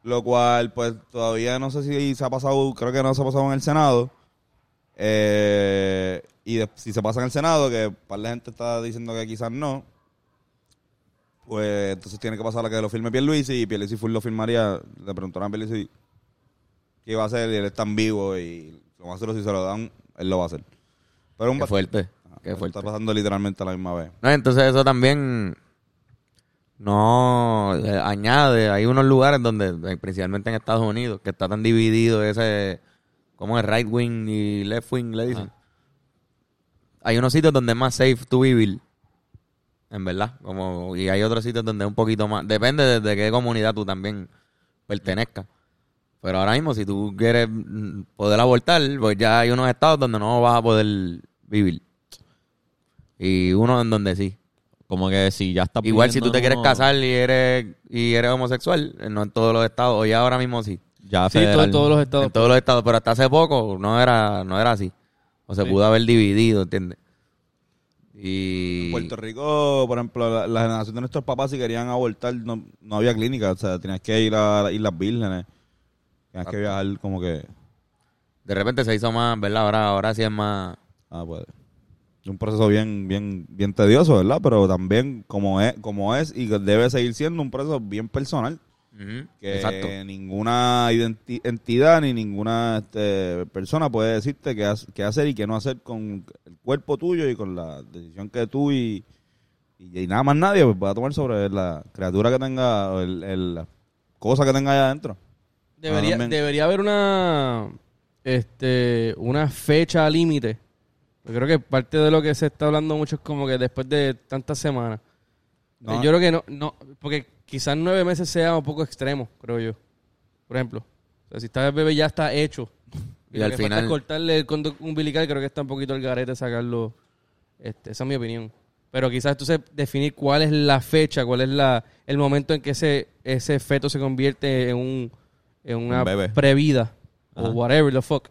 Speaker 1: Lo cual, pues todavía no sé si se ha pasado. Creo que no se ha pasado en el Senado. Eh, y de- si se pasa en el Senado, que para la gente está diciendo que quizás no. Pues entonces tiene que pasar a que lo firme Pierluisi y Pierluisi Full lo firmaría. Le preguntaron a Pierluisi qué va a hacer y él está en vivo y lo más seguro si se lo dan, él lo va a hacer. Pero un
Speaker 2: Qué
Speaker 1: ba-
Speaker 2: fuerte.
Speaker 1: Ah,
Speaker 2: Este, Qué fuerte.
Speaker 1: Está pasando literalmente a la misma vez.
Speaker 2: No, entonces eso también no eh, añade. Hay unos lugares donde, eh, principalmente en Estados Unidos, que está tan dividido ese, ¿cómo es? Right wing y left wing, le dicen. Hay unos sitios donde es más safe to vivir, en verdad. Como, y hay otros sitios donde es un poquito más. Depende de, de qué comunidad tú también pertenezcas. Pero ahora mismo, si tú quieres mm, poder abortar, pues ya hay unos estados donde no vas a poder vivir. Y uno en donde sí.
Speaker 3: Como que si ya está
Speaker 2: Igual si tú te quieres
Speaker 3: pidiendo-
Speaker 2: casar y eres y eres homosexual, eh, no en todos los estados, o ya ahora mismo sí.
Speaker 3: Ya
Speaker 4: Sí, todo-
Speaker 3: federal.
Speaker 4: todos los estados.
Speaker 2: En todos los estados, pero hasta hace poco no era no era así. O se pudo haber dividido, ¿entiendes? Y
Speaker 1: Puerto Rico, por ejemplo, la, la generación de nuestros papás, si querían abortar, no, no había clínica. O sea, tenías que ir a las Islas Vírgenes. Tenías que viajar como que.
Speaker 2: de repente se hizo más, ¿verdad? Ahora ahora sí es más
Speaker 1: Ah, pues. Un proceso bien, bien, bien tedioso, ¿verdad? Pero también como es, como es y que debe seguir siendo un proceso bien personal.
Speaker 2: Ujú,
Speaker 1: Que
Speaker 2: Exacto.
Speaker 1: ninguna identi- entidad ni ninguna este, persona puede decirte qué, has- qué hacer y qué no hacer con el cuerpo tuyo y con la decisión que tú y, y, y nada más nadie pues, va a tomar sobre la criatura que tenga, o el, el- la cosa que tenga allá adentro.
Speaker 4: Debería,
Speaker 1: Amén.
Speaker 4: debería haber una este una fecha límite. Yo creo que parte de lo que se está hablando mucho es como que después de tantas semanas.
Speaker 1: No.
Speaker 4: Eh, Yo creo que no, no, porque quizás nueve meses sea un poco extremo, creo yo. Por ejemplo, o sea, si está el bebé ya está hecho.
Speaker 2: Y
Speaker 4: lo
Speaker 2: al
Speaker 4: que falta es
Speaker 2: final-
Speaker 4: cortarle el condo umbilical, creo que está un poquito el garete sacarlo. Este, esa es mi opinión. Pero quizás entonces definir cuál es la fecha, cuál es la el momento en que ese, ese feto se convierte en un en una
Speaker 3: Un bebé.
Speaker 4: previda
Speaker 3: Ajá.
Speaker 4: o whatever the fuck.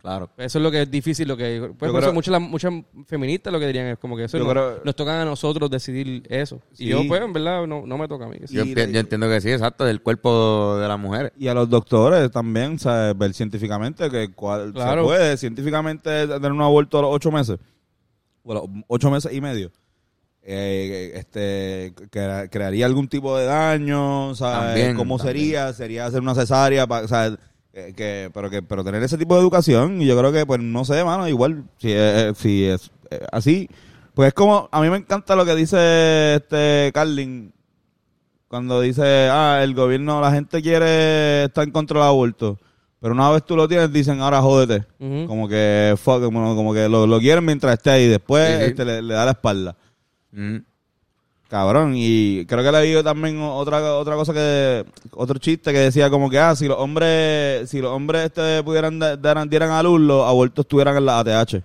Speaker 2: Claro.
Speaker 4: Eso es lo que es difícil, lo que pues, por
Speaker 1: creo-
Speaker 4: eso muchas las- muchas feministas lo que dirían es como que eso
Speaker 1: Yo
Speaker 4: no-
Speaker 1: creo-
Speaker 4: nos tocan a nosotros decidir eso.
Speaker 1: Sí.
Speaker 4: Y yo pues en verdad no, no me toca a mí. [LAUGHS]
Speaker 2: Yo,
Speaker 1: Y
Speaker 2: empie-
Speaker 1: de-
Speaker 2: yo entiendo que sí, exacto, del cuerpo de las mujeres.
Speaker 1: Y a los doctores también, ¿sabes? Ver científicamente que cuál
Speaker 4: Claro.
Speaker 1: se puede científicamente tener un aborto a los ocho meses. O a los ocho meses y medio. Eh, este crea- crearía algún tipo de daño, ¿sabes?
Speaker 2: También,
Speaker 1: ¿Cómo
Speaker 2: también.
Speaker 1: sería? ¿Sería hacer una cesárea? pa- ¿sabes? Eh, que, pero que pero tener ese tipo de educación, y yo creo que, pues, no sé, mano, igual, si es, si es eh, así, pues es como, a mí me encanta lo que dice este Carlin, cuando dice, ah, el gobierno, la gente quiere estar en contra del aborto. Pero una vez tú lo tienes, dicen, ahora jódete.
Speaker 4: Ujú.
Speaker 1: Como que, fuck, como, como que lo, lo quieren mientras esté ahí. Después
Speaker 2: Sí, sí.
Speaker 1: este, le, le da la espalda.
Speaker 2: Ujú.
Speaker 1: Cabrón, y creo que le digo también o- otra otra cosa que otro chiste que decía como que ah, si los hombres si los hombres este pudieran da- daran- dieran a luz, los abortos estuvieran en la ATH.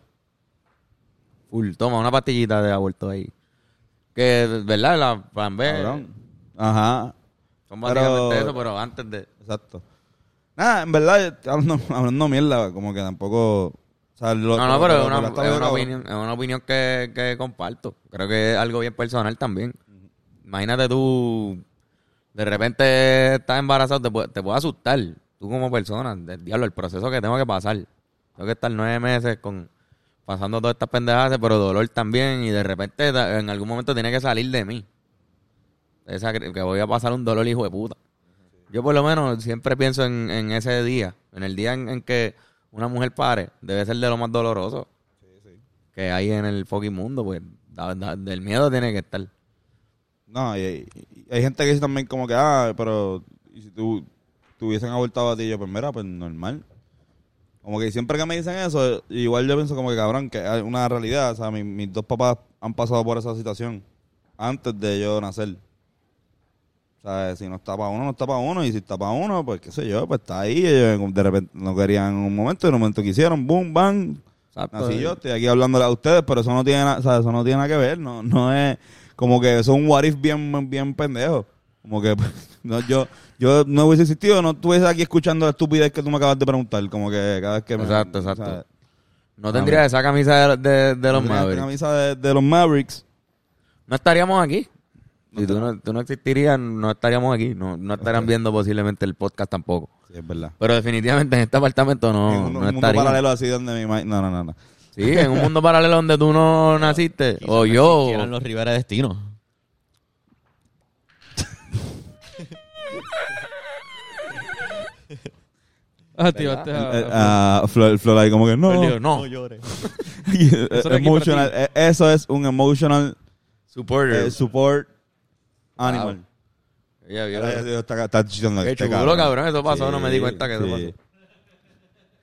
Speaker 2: Full, toma una pastillita de aborto ahí. Que, ¿verdad? La plan B.
Speaker 1: Cabrón. Ajá.
Speaker 2: Son básicamente
Speaker 1: Pero-
Speaker 2: eso, pero antes de.
Speaker 1: Exacto. Nada, en verdad, hablando, [LAUGHS] hablando mierda, como que tampoco. o sea, lo-
Speaker 2: No, no,
Speaker 1: lo-
Speaker 2: pero es
Speaker 1: lo-
Speaker 2: una,
Speaker 1: lo-
Speaker 2: es
Speaker 1: lo-
Speaker 2: una opinión, es una opinión que, que comparto. Creo que es algo bien personal también. Imagínate tú, de repente estás embarazado, te, puede- te puede asustar. Tú como persona, del diablo, el proceso que tengo que pasar. Tengo que estar nueve meses con pasando todas estas pendejadas, pero dolor también. Y de repente da- en algún momento tiene que salir de mí. Esa que que voy a pasar un dolor hijo de puta. Yo por lo menos siempre pienso en, en ese día, en el día en, en que una mujer pare, debe ser de lo más doloroso que hay en el fucking mundo, pues da- da- del miedo tiene que estar.
Speaker 1: No, y, y- y hay gente que dice también como que, ah, pero y si tú te hubiesen abortado a ti, yo, pues mira, pues normal. Como que siempre que me dicen eso, igual yo pienso como que cabrón, que es una realidad. O sea, mi- mis dos papás han pasado por esa situación antes de yo nacer. O sea, si no está para uno, no está para uno. Y si está para uno, pues qué sé yo, pues está ahí. Ellos de repente no querían en un momento, y en un momento quisieron, boom, bang,
Speaker 2: Exacto.
Speaker 1: Así yo estoy aquí hablándole a ustedes, pero eso no tiene, na- o sea, eso no tiene nada que ver, no, no es como que eso es un what if bien, bien pendejo. Como que pues, [LAUGHS] no, yo, yo no hubiese existido, no estuviese aquí escuchando la estupidez que tú me acabas de preguntar, como que cada vez que me-
Speaker 2: Exacto, exacto.
Speaker 1: o sea,
Speaker 2: No tendría esa camisa de, de- de
Speaker 1: tenía
Speaker 2: los
Speaker 1: esta
Speaker 2: Mavericks.
Speaker 1: camisa de, de los Mavericks.
Speaker 2: No estaríamos aquí. Si tú no, tú no existirías, no estaríamos aquí. No, no estarían viendo posiblemente el podcast tampoco.
Speaker 1: Sí, es verdad.
Speaker 2: Pero definitivamente en este apartamento
Speaker 1: en
Speaker 2: no,
Speaker 1: un,
Speaker 2: no
Speaker 1: un mundo
Speaker 2: estaríamos.
Speaker 1: paralelo así donde mi ma- No, no, no, no.
Speaker 2: Sí, en un mundo paralelo donde tú no naciste. O yo.
Speaker 3: Eran los Rivera Destino.
Speaker 4: Activaste
Speaker 1: Eh,
Speaker 4: a- a-
Speaker 1: ah, Flor, Flor ahí como que no.
Speaker 2: Él dijo, no.
Speaker 1: [LAUGHS] eso, emotional, eh, eso es un emotional
Speaker 2: Supporter.
Speaker 1: eh, support animal.
Speaker 2: Ya, ya,
Speaker 1: Ahora
Speaker 2: ya.
Speaker 1: ya digo, Está, está chillando
Speaker 2: Qué
Speaker 1: este
Speaker 2: chulo, cabrón, eso pasó, no me di cuenta que eso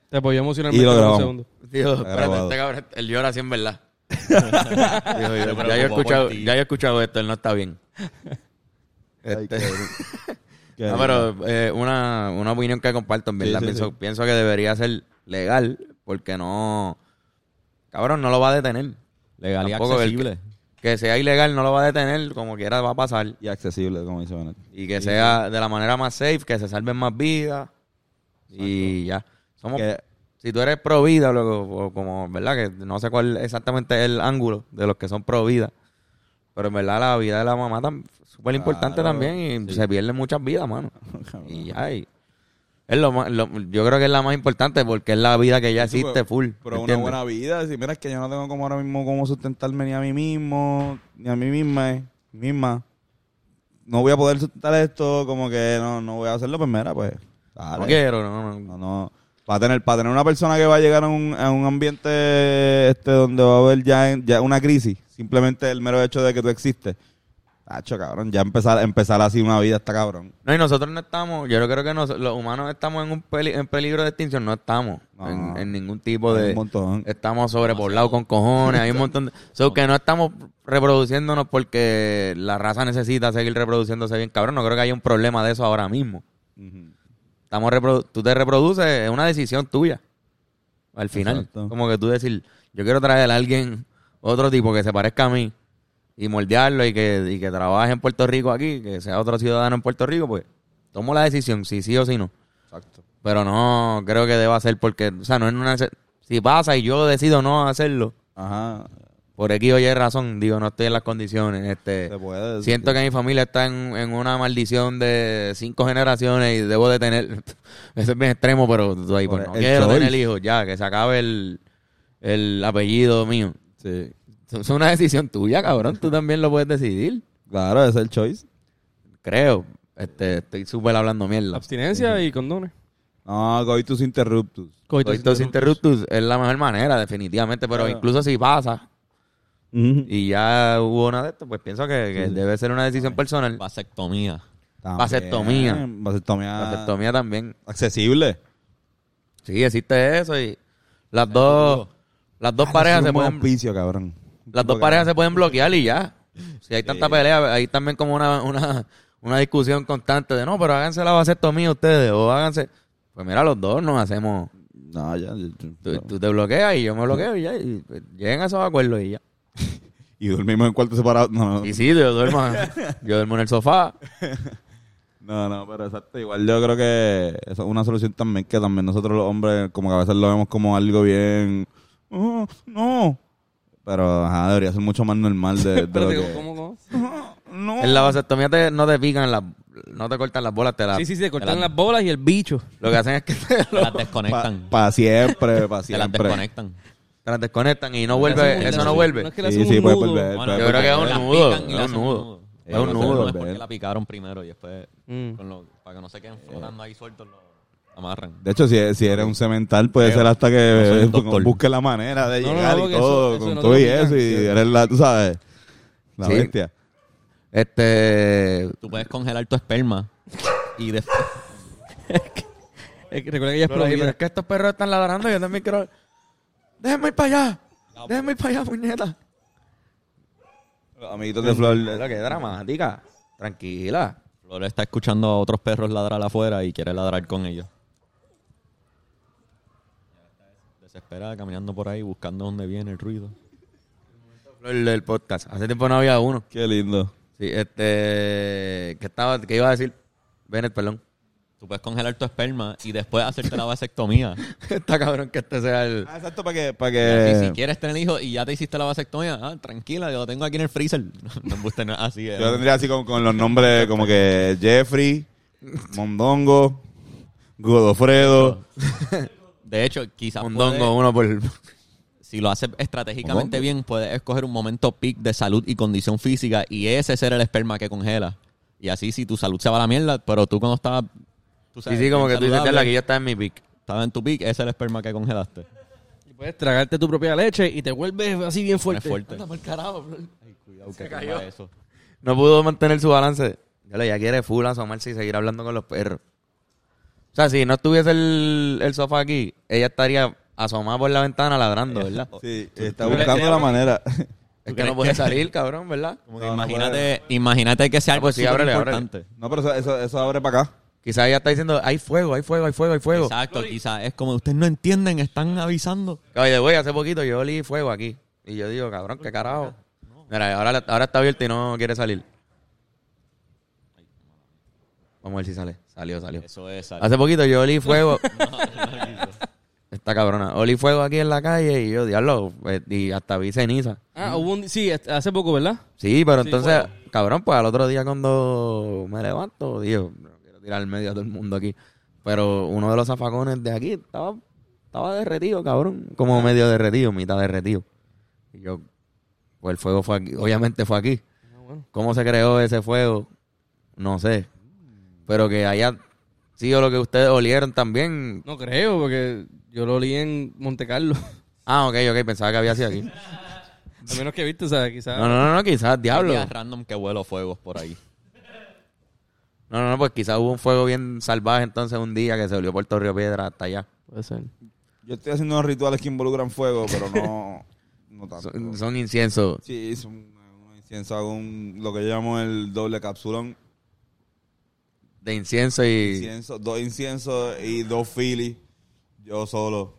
Speaker 4: Te
Speaker 1: Y
Speaker 4: apoyó emocionalmente
Speaker 1: lo
Speaker 4: por un
Speaker 1: grabamos.
Speaker 4: segundo.
Speaker 2: Digo, espérate,
Speaker 1: grabado.
Speaker 2: este cabrón, él llora así en verdad. Dijo, ya, ya yo he
Speaker 3: preocupó por
Speaker 2: escuchado,
Speaker 3: ti.
Speaker 2: ya yo he escuchado esto, él no
Speaker 1: [LAUGHS]
Speaker 2: está bien. Este,
Speaker 1: Ah,
Speaker 2: no, pero eh, una, una opinión que comparto, en
Speaker 1: Sí,
Speaker 2: verdad.
Speaker 1: sí,
Speaker 2: pienso,
Speaker 1: sí.
Speaker 2: pienso que debería ser legal, porque no. Cabrón, no lo va a detener.
Speaker 3: Legal y
Speaker 2: Tampoco el
Speaker 3: accesible.
Speaker 2: Que sea ilegal no lo va a detener, como quiera va a pasar.
Speaker 1: Y accesible, como dice Vanet.
Speaker 2: Y que sea de la manera más safe, que se salven más vidas. Y ya. Somos,
Speaker 1: Que-
Speaker 2: si tú eres pro vida, loco, o como, ¿verdad? Que no sé cuál exactamente es el ángulo de los que son pro vida. Pero en verdad la vida de la mamá tam- súper importante
Speaker 1: Claro,
Speaker 2: también y
Speaker 1: sí.
Speaker 2: se pierden muchas
Speaker 1: [LAUGHS]
Speaker 2: vidas, mano. y ya. y- es lo más, lo- yo creo que es la más importante porque es la vida que ya
Speaker 1: Sí,
Speaker 2: existe
Speaker 1: pero-
Speaker 2: full.
Speaker 1: Pero una
Speaker 2: ¿entiendes?
Speaker 1: buena vida. Si mira, es que yo no tengo como ahora mismo cómo sustentarme ni a mí mismo, ni a mí misma, eh, misma. No voy a poder sustentar esto, como que no, no voy a hacerlo, pues mira, pues. dale.
Speaker 2: No quiero, no, no.
Speaker 1: No, no. Para tener, para tener una persona que va a llegar a un, a un ambiente este donde va a haber ya, en- ya una crisis, simplemente el mero hecho de que tú existes. Tacho, cabrón, ya empezar, empezar así una vida está cabrón.
Speaker 2: No, y nosotros no estamos, yo creo que nos- los humanos estamos en un peli- en peligro de extinción, no estamos
Speaker 1: No,
Speaker 2: en,
Speaker 1: no.
Speaker 2: en ningún tipo
Speaker 1: Hay
Speaker 2: de...
Speaker 1: un montón.
Speaker 2: Estamos sobrepoblados con cojones, hay un montón de... So, que no estamos reproduciéndonos porque la raza necesita seguir reproduciéndose bien, cabrón, no creo que haya un problema de eso ahora mismo.
Speaker 1: Ujú.
Speaker 2: Estamos reprodu- tú te reproduces, es una decisión tuya. Al final,
Speaker 1: Exacto.
Speaker 2: como que tú decir, yo quiero traer a alguien, otro tipo que se parezca a mí y moldearlo y que, y que trabaje en Puerto Rico aquí, que sea otro ciudadano en Puerto Rico, pues tomo la decisión, si sí o si no.
Speaker 1: Exacto.
Speaker 2: Pero no creo que deba ser porque, o sea, no es una. Si pasa y yo decido no hacerlo,
Speaker 1: Ajá.
Speaker 2: por X o Y razón, digo, no estoy en las condiciones. Este,
Speaker 1: Se puede.
Speaker 2: Siento que mi familia está en, en una maldición de cinco generaciones y debo de tener. [LAUGHS] Eso es bien extremo, pero tú ahí, pues,
Speaker 1: Por
Speaker 2: no
Speaker 1: el
Speaker 2: quiero
Speaker 1: choice.
Speaker 2: tener hijos, ya, que se acabe el, el apellido mío.
Speaker 1: Sí.
Speaker 2: Es una decisión tuya, cabrón. Tú también lo puedes decidir.
Speaker 1: Claro, ese es el choice.
Speaker 2: Creo. Este, estoy súper hablando mierda.
Speaker 4: Abstinencia y condones.
Speaker 1: No, coitus interruptus.
Speaker 2: Coitus interruptus es la mejor manera, definitivamente. Pero incluso si pasa y ya hubo una de estas, pues pienso que, que debe ser una decisión personal. [LAUGHS]
Speaker 3: Vasectomía.
Speaker 1: También.
Speaker 2: vasectomía.
Speaker 1: Vasectomía.
Speaker 2: La vasectomía también.
Speaker 1: Accesible.
Speaker 2: Sí, existe eso y las dos las dos parejas se pueden
Speaker 1: Auspicio, cabrón.
Speaker 2: las dos parejas se pueden bloquear y ya. Si hay tanta pelea, hay también como una, una, una discusión constante de no, pero háganse la vasectomía ustedes o háganse pues mira, los dos nos hacemos
Speaker 1: No, ya. ya, ya.
Speaker 2: tú, tú te bloqueas y yo me bloqueo y ya y, pues, lleguen a esos acuerdos y ya.
Speaker 1: Y dormimos en cuartos separados. No, no.
Speaker 2: Y sí, yo duermo yo duermo en el sofá.
Speaker 1: No, no, pero exacto. Igual yo creo que eso es una solución también que también nosotros los hombres como que a veces lo vemos como algo bien... "Oh, no. Pero ajá, debería ser mucho más normal
Speaker 4: [LAUGHS]
Speaker 1: de, de lo
Speaker 4: Espérate,
Speaker 1: que-
Speaker 4: ¿cómo, cómo?
Speaker 1: No.
Speaker 2: En la vasectomía te- no te pican las no te cortan las bolas, te
Speaker 1: Ah,
Speaker 2: las
Speaker 4: Sí, sí, se cortan las bolas y el bicho.
Speaker 2: lo que hacen es que [LAUGHS] te,
Speaker 3: Te las
Speaker 1: Para
Speaker 3: desconectan.
Speaker 4: [LAUGHS]
Speaker 1: siempre, para
Speaker 3: Te las
Speaker 1: siempre.
Speaker 3: desconectan.
Speaker 2: te las desconectan y no vuelve, eso no vuelve.
Speaker 4: No es que le
Speaker 1: Sí,
Speaker 4: hacen
Speaker 1: sí,
Speaker 4: un
Speaker 1: puede
Speaker 4: nudo.
Speaker 1: volver.
Speaker 3: Bueno,
Speaker 1: puede
Speaker 2: Yo creo que es un
Speaker 1: volver.
Speaker 3: las
Speaker 2: nudo,
Speaker 3: pican
Speaker 2: es
Speaker 3: y le
Speaker 2: un
Speaker 3: hacen
Speaker 2: nudo.
Speaker 1: Es un
Speaker 3: Pero
Speaker 1: nudo,
Speaker 3: no Es
Speaker 1: ven.
Speaker 3: porque la picaron primero y después
Speaker 4: Mm.
Speaker 2: Eh.
Speaker 3: con lo- para que no se queden flotando ahí sueltos los- las amarran.
Speaker 1: De hecho, si, si eres un cemental, puede ser hasta
Speaker 3: soy
Speaker 1: [LAUGHS] que
Speaker 3: un doctor.
Speaker 1: busques la manera de
Speaker 4: No, no, no,
Speaker 1: llegar y
Speaker 4: porque
Speaker 1: todo,
Speaker 4: eso- eso
Speaker 1: con
Speaker 4: no
Speaker 1: todo y
Speaker 4: lo
Speaker 1: eso, y
Speaker 4: miran.
Speaker 1: eres la, tú sabes, la
Speaker 2: Sí.
Speaker 1: bestia.
Speaker 2: Este.
Speaker 3: Tú puedes congelar tu esperma
Speaker 2: [LAUGHS]
Speaker 3: y después...
Speaker 4: Eh, Recuerda que ella
Speaker 2: Pero,
Speaker 4: es
Speaker 2: pero
Speaker 4: prohibida.
Speaker 2: es que estos perros están ladrando y yo también quiero. Déjenme ir para allá. Déjenme ir para allá, puñeta.
Speaker 1: Los amiguitos de Flor.
Speaker 2: Lo que es dramática. Tranquila.
Speaker 3: Flor está escuchando a otros perros ladrar afuera y quiere ladrar con ellos. Desesperada, caminando por ahí, buscando dónde viene el ruido.
Speaker 2: Flor del podcast. Hace tiempo no había uno.
Speaker 1: Qué lindo.
Speaker 2: Sí, este. ¿Qué estaba? ¿Qué iba a decir? Bennett, perdón. [LAUGHS]
Speaker 3: Tú puedes congelar tu esperma y después hacerte
Speaker 2: [LAUGHS]
Speaker 3: la vasectomía.
Speaker 2: Está cabrón que este sea el.
Speaker 1: Ah, exacto, para que, para
Speaker 3: Y
Speaker 2: Eh.
Speaker 3: si
Speaker 1: que
Speaker 3: quieres tener hijos y ya te hiciste la vasectomía, ah, tranquila, yo lo tengo aquí en el freezer. [LAUGHS] No me gusta nada así. ¿eh?
Speaker 1: yo
Speaker 3: era.
Speaker 1: tendría así con, con los nombres como que Jeffrey, Mondongo, Godofredo.
Speaker 3: De hecho, quizás
Speaker 2: Un
Speaker 3: puedes-
Speaker 2: dongo, [LAUGHS] uno por.
Speaker 3: si lo haces estratégicamente
Speaker 1: Mondongo.
Speaker 3: bien, puedes escoger un momento peak de salud y condición física y ese será el esperma que congela. Y así, si tu salud se va a la mierda, pero tú cuando estabas... tú
Speaker 2: Sí,
Speaker 3: sabes,
Speaker 2: sí, como que
Speaker 3: bien
Speaker 2: tú dices,
Speaker 3: saludable,
Speaker 2: la que yo estaba en mi pick.
Speaker 3: Estaba en tu peak, ese es el esperma que congelaste.
Speaker 4: Y puedes tragarte tu propia leche y te vuelves así bien
Speaker 3: Fuerte.
Speaker 4: fuerte.
Speaker 3: fuerte.
Speaker 4: Anda,
Speaker 3: Ay, cuidado, que
Speaker 2: cayó.
Speaker 3: cayó. eso.
Speaker 2: No pudo mantener su balance. Ya lo- ya quiere full asomarse y seguir hablando con los perros. O sea, si no estuviese el, el sofá aquí, ella estaría asomada por la ventana ladrando, ¿verdad?
Speaker 1: Sí, está
Speaker 5: tú-
Speaker 1: buscando la manera.
Speaker 2: Es que no puede salir, cabrón, ¿verdad?
Speaker 3: Como
Speaker 1: No,
Speaker 3: que
Speaker 1: no
Speaker 3: imagínate, imagínate que sea
Speaker 2: Ah,
Speaker 3: algo
Speaker 2: pues sí, ábrele, ábrele.
Speaker 3: importante.
Speaker 1: [LAUGHS] No, pero eso, eso, eso abre para acá.
Speaker 2: Quizás ella está diciendo, hay fuego, hay fuego, hay fuego, hay fuego.
Speaker 3: Exacto, quizás es como ustedes no entienden, están avisando.
Speaker 2: Oye, güey, hace poquito yo olí fuego aquí. Y yo digo, cabrón, qué carajo. Mira, ahora, ahora está abierta y no quiere salir. Vamos a ver si sale. Salió, salió.
Speaker 3: Eso es
Speaker 2: Hace poquito yo olí [LAUGHS] fuego. Esta cabrona. Olí fuego aquí en la calle y yo, diablo, eh, y hasta vi ceniza.
Speaker 4: Ah, hubo un... Sí, hasta- hace poco, ¿verdad?
Speaker 2: Sí, pero entonces, cabrón, pues al otro día cuando me levanto, digo, no quiero tirar al medio a todo el mundo aquí. Pero uno de los zafacones de aquí estaba, estaba derretido, cabrón. Como medio derretido, mitad derretido. Y yo, pues el fuego fue aquí, obviamente fue aquí. ¿Cómo se creó ese fuego? No sé. Pero que haya sido lo que ustedes olieron también.
Speaker 4: No creo, porque yo lo olí en Monte Carlo. [LAUGHS]
Speaker 2: Ah, ok, ok, pensaba que había sido aquí.
Speaker 4: A menos que viste, o sea, quizás...
Speaker 2: No, no, no, no, quizás, diablo.
Speaker 3: random que vuelo fuegos por ahí.
Speaker 2: No, no, no, pues quizás hubo un fuego bien salvaje entonces un día que se olió Puerto Río Piedra hasta allá.
Speaker 4: Puede ser.
Speaker 1: Yo estoy haciendo unos rituales que involucran fuego, pero no, [LAUGHS] no tanto.
Speaker 2: Son, son inciensos.
Speaker 1: Sí, es un, un incienso, hago un- lo que yo llamo el doble capsulón.
Speaker 2: De incienso y.
Speaker 1: Incienso, dos inciensos y dos filis, yo solo.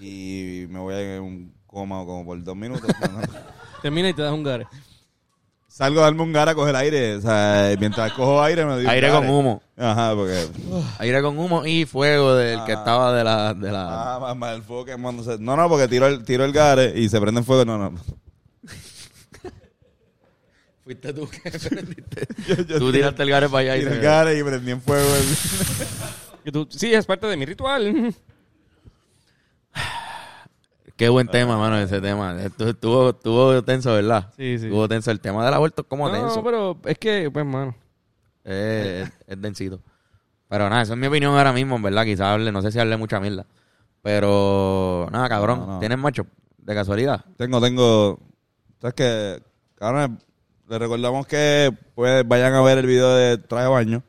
Speaker 1: Y me voy a un coma como por dos minutos.
Speaker 2: [LAUGHS]
Speaker 4: Termina y te das un gare.
Speaker 1: Salgo a darme un gara a coger aire. O sea, mientras cojo aire me doy un
Speaker 2: Aire
Speaker 1: gare.
Speaker 2: con humo.
Speaker 1: Ajá, porque...
Speaker 2: Aire con humo y fuego del que
Speaker 1: Ah.
Speaker 2: estaba de la. De la...
Speaker 1: Ah, más, más el fuego quemándose. No, no, porque tiro el, tiro el gare y se prende en fuego. No, [LAUGHS] no.
Speaker 2: Fuiste tú que prendiste.
Speaker 1: Yo, yo
Speaker 2: tú
Speaker 1: tiro-
Speaker 2: tiraste el gare para allá y
Speaker 1: tiro
Speaker 2: se-
Speaker 1: el gare y prendí en fuego el...
Speaker 4: Que tú- Sí, es parte de mi [LAUGHS] ritual.
Speaker 2: Qué buen tema, mano, ese tema. Estu- Estuvo, estuvo tenso, ¿verdad?
Speaker 4: Sí, sí.
Speaker 2: Estuvo tenso. El tema del aborto es como tenso.
Speaker 4: No, pero es que, pues, mano.
Speaker 2: Eh, es, es densito. Pero nada, esa es mi opinión ahora mismo, en ¿verdad? Quizás hable, no sé si hable mucha mierda. Pero nada, cabrón.
Speaker 1: No, no.
Speaker 2: ¿Tienes macho? De casualidad.
Speaker 1: Tengo, tengo. ¿Sabes qué? Cabrón, les recordamos que pues, vayan a ver el video de Traje de Baño.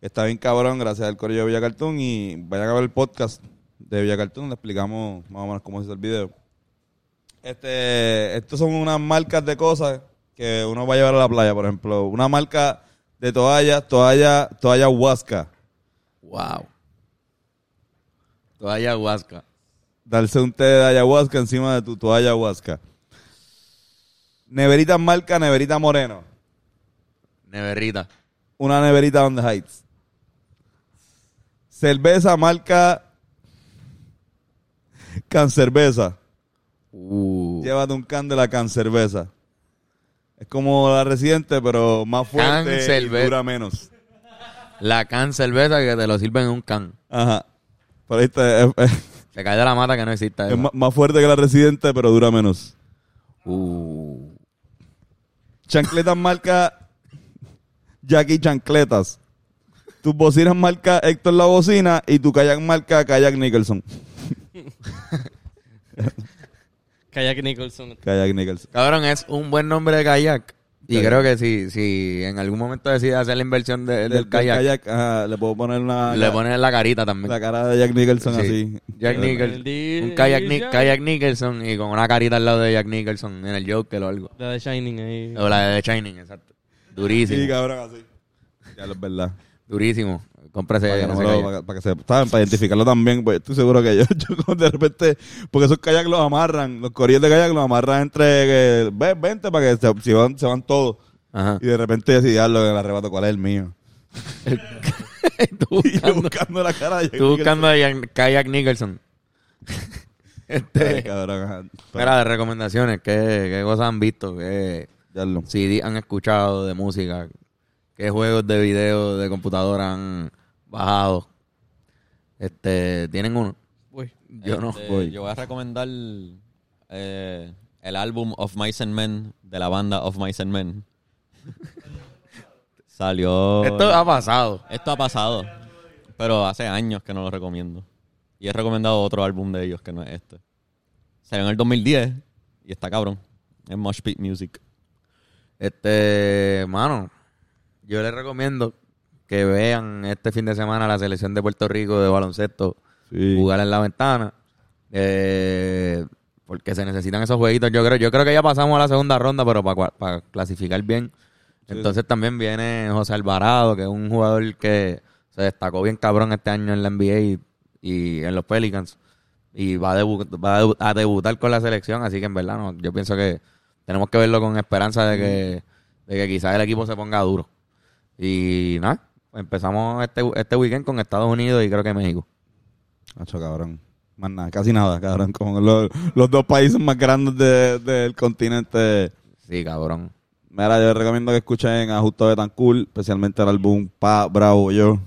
Speaker 1: que Está bien cabrón, gracias al Corillo de Villa Cartoon. Y vayan a ver el podcast de Villa Cartoon, donde explicamos más o menos cómo se hizo el video. Este, estos son unas marcas de cosas que uno va a llevar a la playa, por ejemplo. Una marca de toallas, toalla, toalla huasca.
Speaker 2: Wow. Toda ayahuasca.
Speaker 1: darse un té de ayahuasca encima de tu toalla ayahuasca. Neverita marca Neverita Moreno.
Speaker 2: Neverita.
Speaker 1: Una neverita on the heights. Cerveza marca Cancerveza.
Speaker 2: Uh.
Speaker 1: Llévate un can de la Cancerveza. Es como la residente, pero más fuerte
Speaker 2: Cancerbe-
Speaker 1: y dura menos.
Speaker 2: La can cerveza que te lo sirven en un can.
Speaker 1: Ajá. Pero ahí está, es- es-
Speaker 2: Se cae de la mata que no exista.
Speaker 1: es
Speaker 2: esa.
Speaker 1: ma- más fuerte que la residente, pero dura menos.
Speaker 2: Uh.
Speaker 1: Chancletas marca Jackie Chancletas. Tus bocinas marca Héctor La Bocina y tu kayak marca Kayak Nicholson.
Speaker 4: Kayak Nicholson.
Speaker 1: Kayak Nicholson.
Speaker 2: Cabrón, es un buen nombre de kayak. Y
Speaker 1: Sí.
Speaker 2: creo que si, si en algún momento decides hacer la inversión de- del kayak,
Speaker 1: ajá, le puedo poner una...
Speaker 2: le pones la carita también.
Speaker 1: La cara de Jack Nicholson
Speaker 2: Sí.
Speaker 1: así.
Speaker 2: Jack Nicholson. Un kayak, Ni- kayak Nicholson y con una carita al lado de Jack Nicholson en el Joker o algo.
Speaker 4: La de Shining ahí.
Speaker 2: O la de The Shining, exacto.
Speaker 1: Sí,
Speaker 2: Durísimo.
Speaker 1: cabrón, así. Ya lo es verdad.
Speaker 2: Durísimo. Cómprese
Speaker 1: Para que,
Speaker 2: ese
Speaker 1: no me lo-
Speaker 2: kayak.
Speaker 1: para que- para que se saben, para identificarlo también, pues estoy seguro que yo, [LAUGHS] yo como de repente, porque esos kayak los amarran, los corrientes de kayak los amarran entre eh, ve- vente para que se, se van, se van todos.
Speaker 2: Ajá.
Speaker 1: Y de repente decidí lo el arrebato cuál es el mío.
Speaker 2: [LAUGHS] tú
Speaker 1: Y yo
Speaker 2: buscando,
Speaker 1: buscando la cara de Jack
Speaker 2: tú buscando a Jack- kayak Nicholson. [LAUGHS]
Speaker 1: Nicholson.
Speaker 2: este,
Speaker 1: Ay, cabrón, ajá.
Speaker 2: mira, de recomendaciones, ¿qué, qué cosas han visto? ¿Qué
Speaker 1: Ya lo-
Speaker 2: CD han escuchado de música? ¿Qué juegos de video de computadora han bajado? Este, ¿tienen uno?
Speaker 4: Uy.
Speaker 2: Yo no.
Speaker 3: Este,
Speaker 1: voy.
Speaker 3: Yo voy a recomendar eh, el álbum Of Mice and Men de la banda Of Mice and
Speaker 2: [LAUGHS]
Speaker 3: Men. Salió.
Speaker 2: Esto ha pasado.
Speaker 3: Esto ha pasado, pero hace años que no lo recomiendo. Y he recomendado otro álbum de ellos que no es este. Salió en el 2010 y está cabrón. Es Mosh Pit Music.
Speaker 2: Este, mano, yo les recomiendo que vean este fin de semana la selección de Puerto Rico de baloncesto
Speaker 1: Sí.
Speaker 2: jugar en la ventana. Eh, porque se necesitan esos jueguitos. Yo creo, yo creo que ya pasamos a la segunda ronda, pero para, clasificar bien. Entonces también viene José Alvarado, que es un jugador que se destacó bien cabrón este año en la NBA y, y en los Pelicans. Y va, a debu- va a debu- a debutar con la selección, así que en verdad no, yo pienso que tenemos que verlo con esperanza de que, de que quizás el equipo se ponga duro. Y nada, empezamos este, este weekend con Estados Unidos y creo que México.
Speaker 1: Nacho, cabrón. Más nada, casi nada, cabrón. Como los, los dos países más grandes de- del continente.
Speaker 2: Sí, cabrón.
Speaker 1: Mira, yo les recomiendo que escuchen a Justo Betancourt, especialmente el álbum Pa Bravo Yo.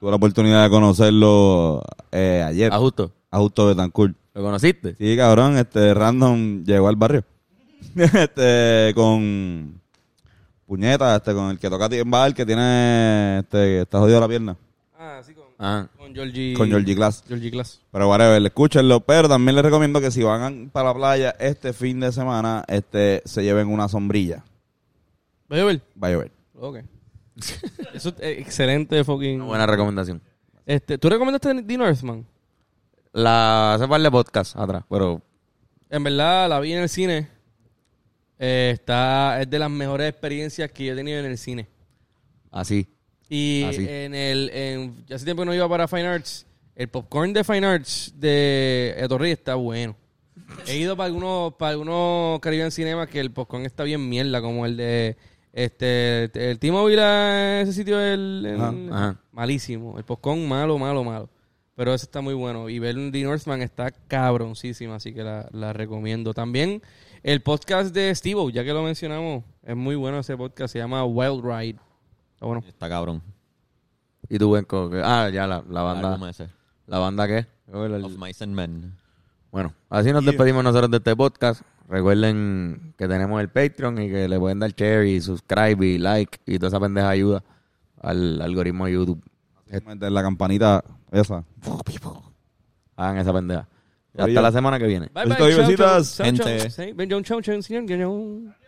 Speaker 1: Tuve la oportunidad de conocerlo eh, ayer,
Speaker 2: Ah, justo.
Speaker 1: a Justo Betancourt.
Speaker 2: ¿Lo conociste?
Speaker 1: Sí, cabrón, este random llegó al barrio. [LAUGHS] este, con puñetas, este, con el que toca tiembar, el que tiene, este, que está jodido la pierna,
Speaker 4: Ah, sí, con,
Speaker 2: Ah.
Speaker 4: con Georgie.
Speaker 1: con Georgie Glass.
Speaker 4: Georgie Glass.
Speaker 1: Pero whatever, escúchenlo. Pero también les recomiendo que si van para la playa este fin de semana, este, se lleven una sombrilla.
Speaker 4: ¿Va a llover?
Speaker 1: Va a llover.
Speaker 4: Ok. Eso es excelente fucking...
Speaker 2: Una buena recomendación.
Speaker 4: Este, ¿Tú recomendaste The Northman?
Speaker 2: La hace par de podcast atrás, pero
Speaker 4: En verdad, la vi en el cine. Eh, está, es de las mejores experiencias que yo he tenido en el cine.
Speaker 2: así.
Speaker 4: Y
Speaker 2: Ah, sí.
Speaker 4: en el. En, ya hace tiempo que no iba para Fine Arts. El popcorn de Fine Arts de Etorri está bueno. He ido para algunos, para algunos Caribbean Cinema que el popcorn está bien mierda, como el de. Este, el- el T-Mobile, ese sitio el, en-
Speaker 2: Ajá, ajá.
Speaker 4: malísimo. El popcorn malo, malo, malo. Pero ese está muy bueno. Y ver un The Northman está cabroncísima, así que la, la recomiendo. También el podcast de Steve, ya que lo mencionamos, es muy bueno ese podcast, se llama Wild Ride. Está bueno.
Speaker 3: Está cabrón.
Speaker 2: ¿Y tú, Benco? ¿Qué? Ah, ya, la, la
Speaker 3: El álbum
Speaker 2: banda.
Speaker 3: ese.
Speaker 2: ¿La banda qué?
Speaker 3: Of Mice and Men.
Speaker 2: Bueno, así nos despedimos nosotros de este podcast. Recuerden que tenemos el Patreon y que le pueden dar share y subscribe y like y toda esa pendeja ayuda al algoritmo de YouTube.
Speaker 1: De la campanita esa.
Speaker 2: Hagan esa pendeja.
Speaker 1: Oye.
Speaker 2: Hasta la semana que viene.
Speaker 4: Bye
Speaker 1: Besitos y
Speaker 4: chao,
Speaker 1: besitas,
Speaker 4: chao, chao,
Speaker 3: gente.
Speaker 4: chao. Sí, ven, chao, chao, chao, señor, chao, chao.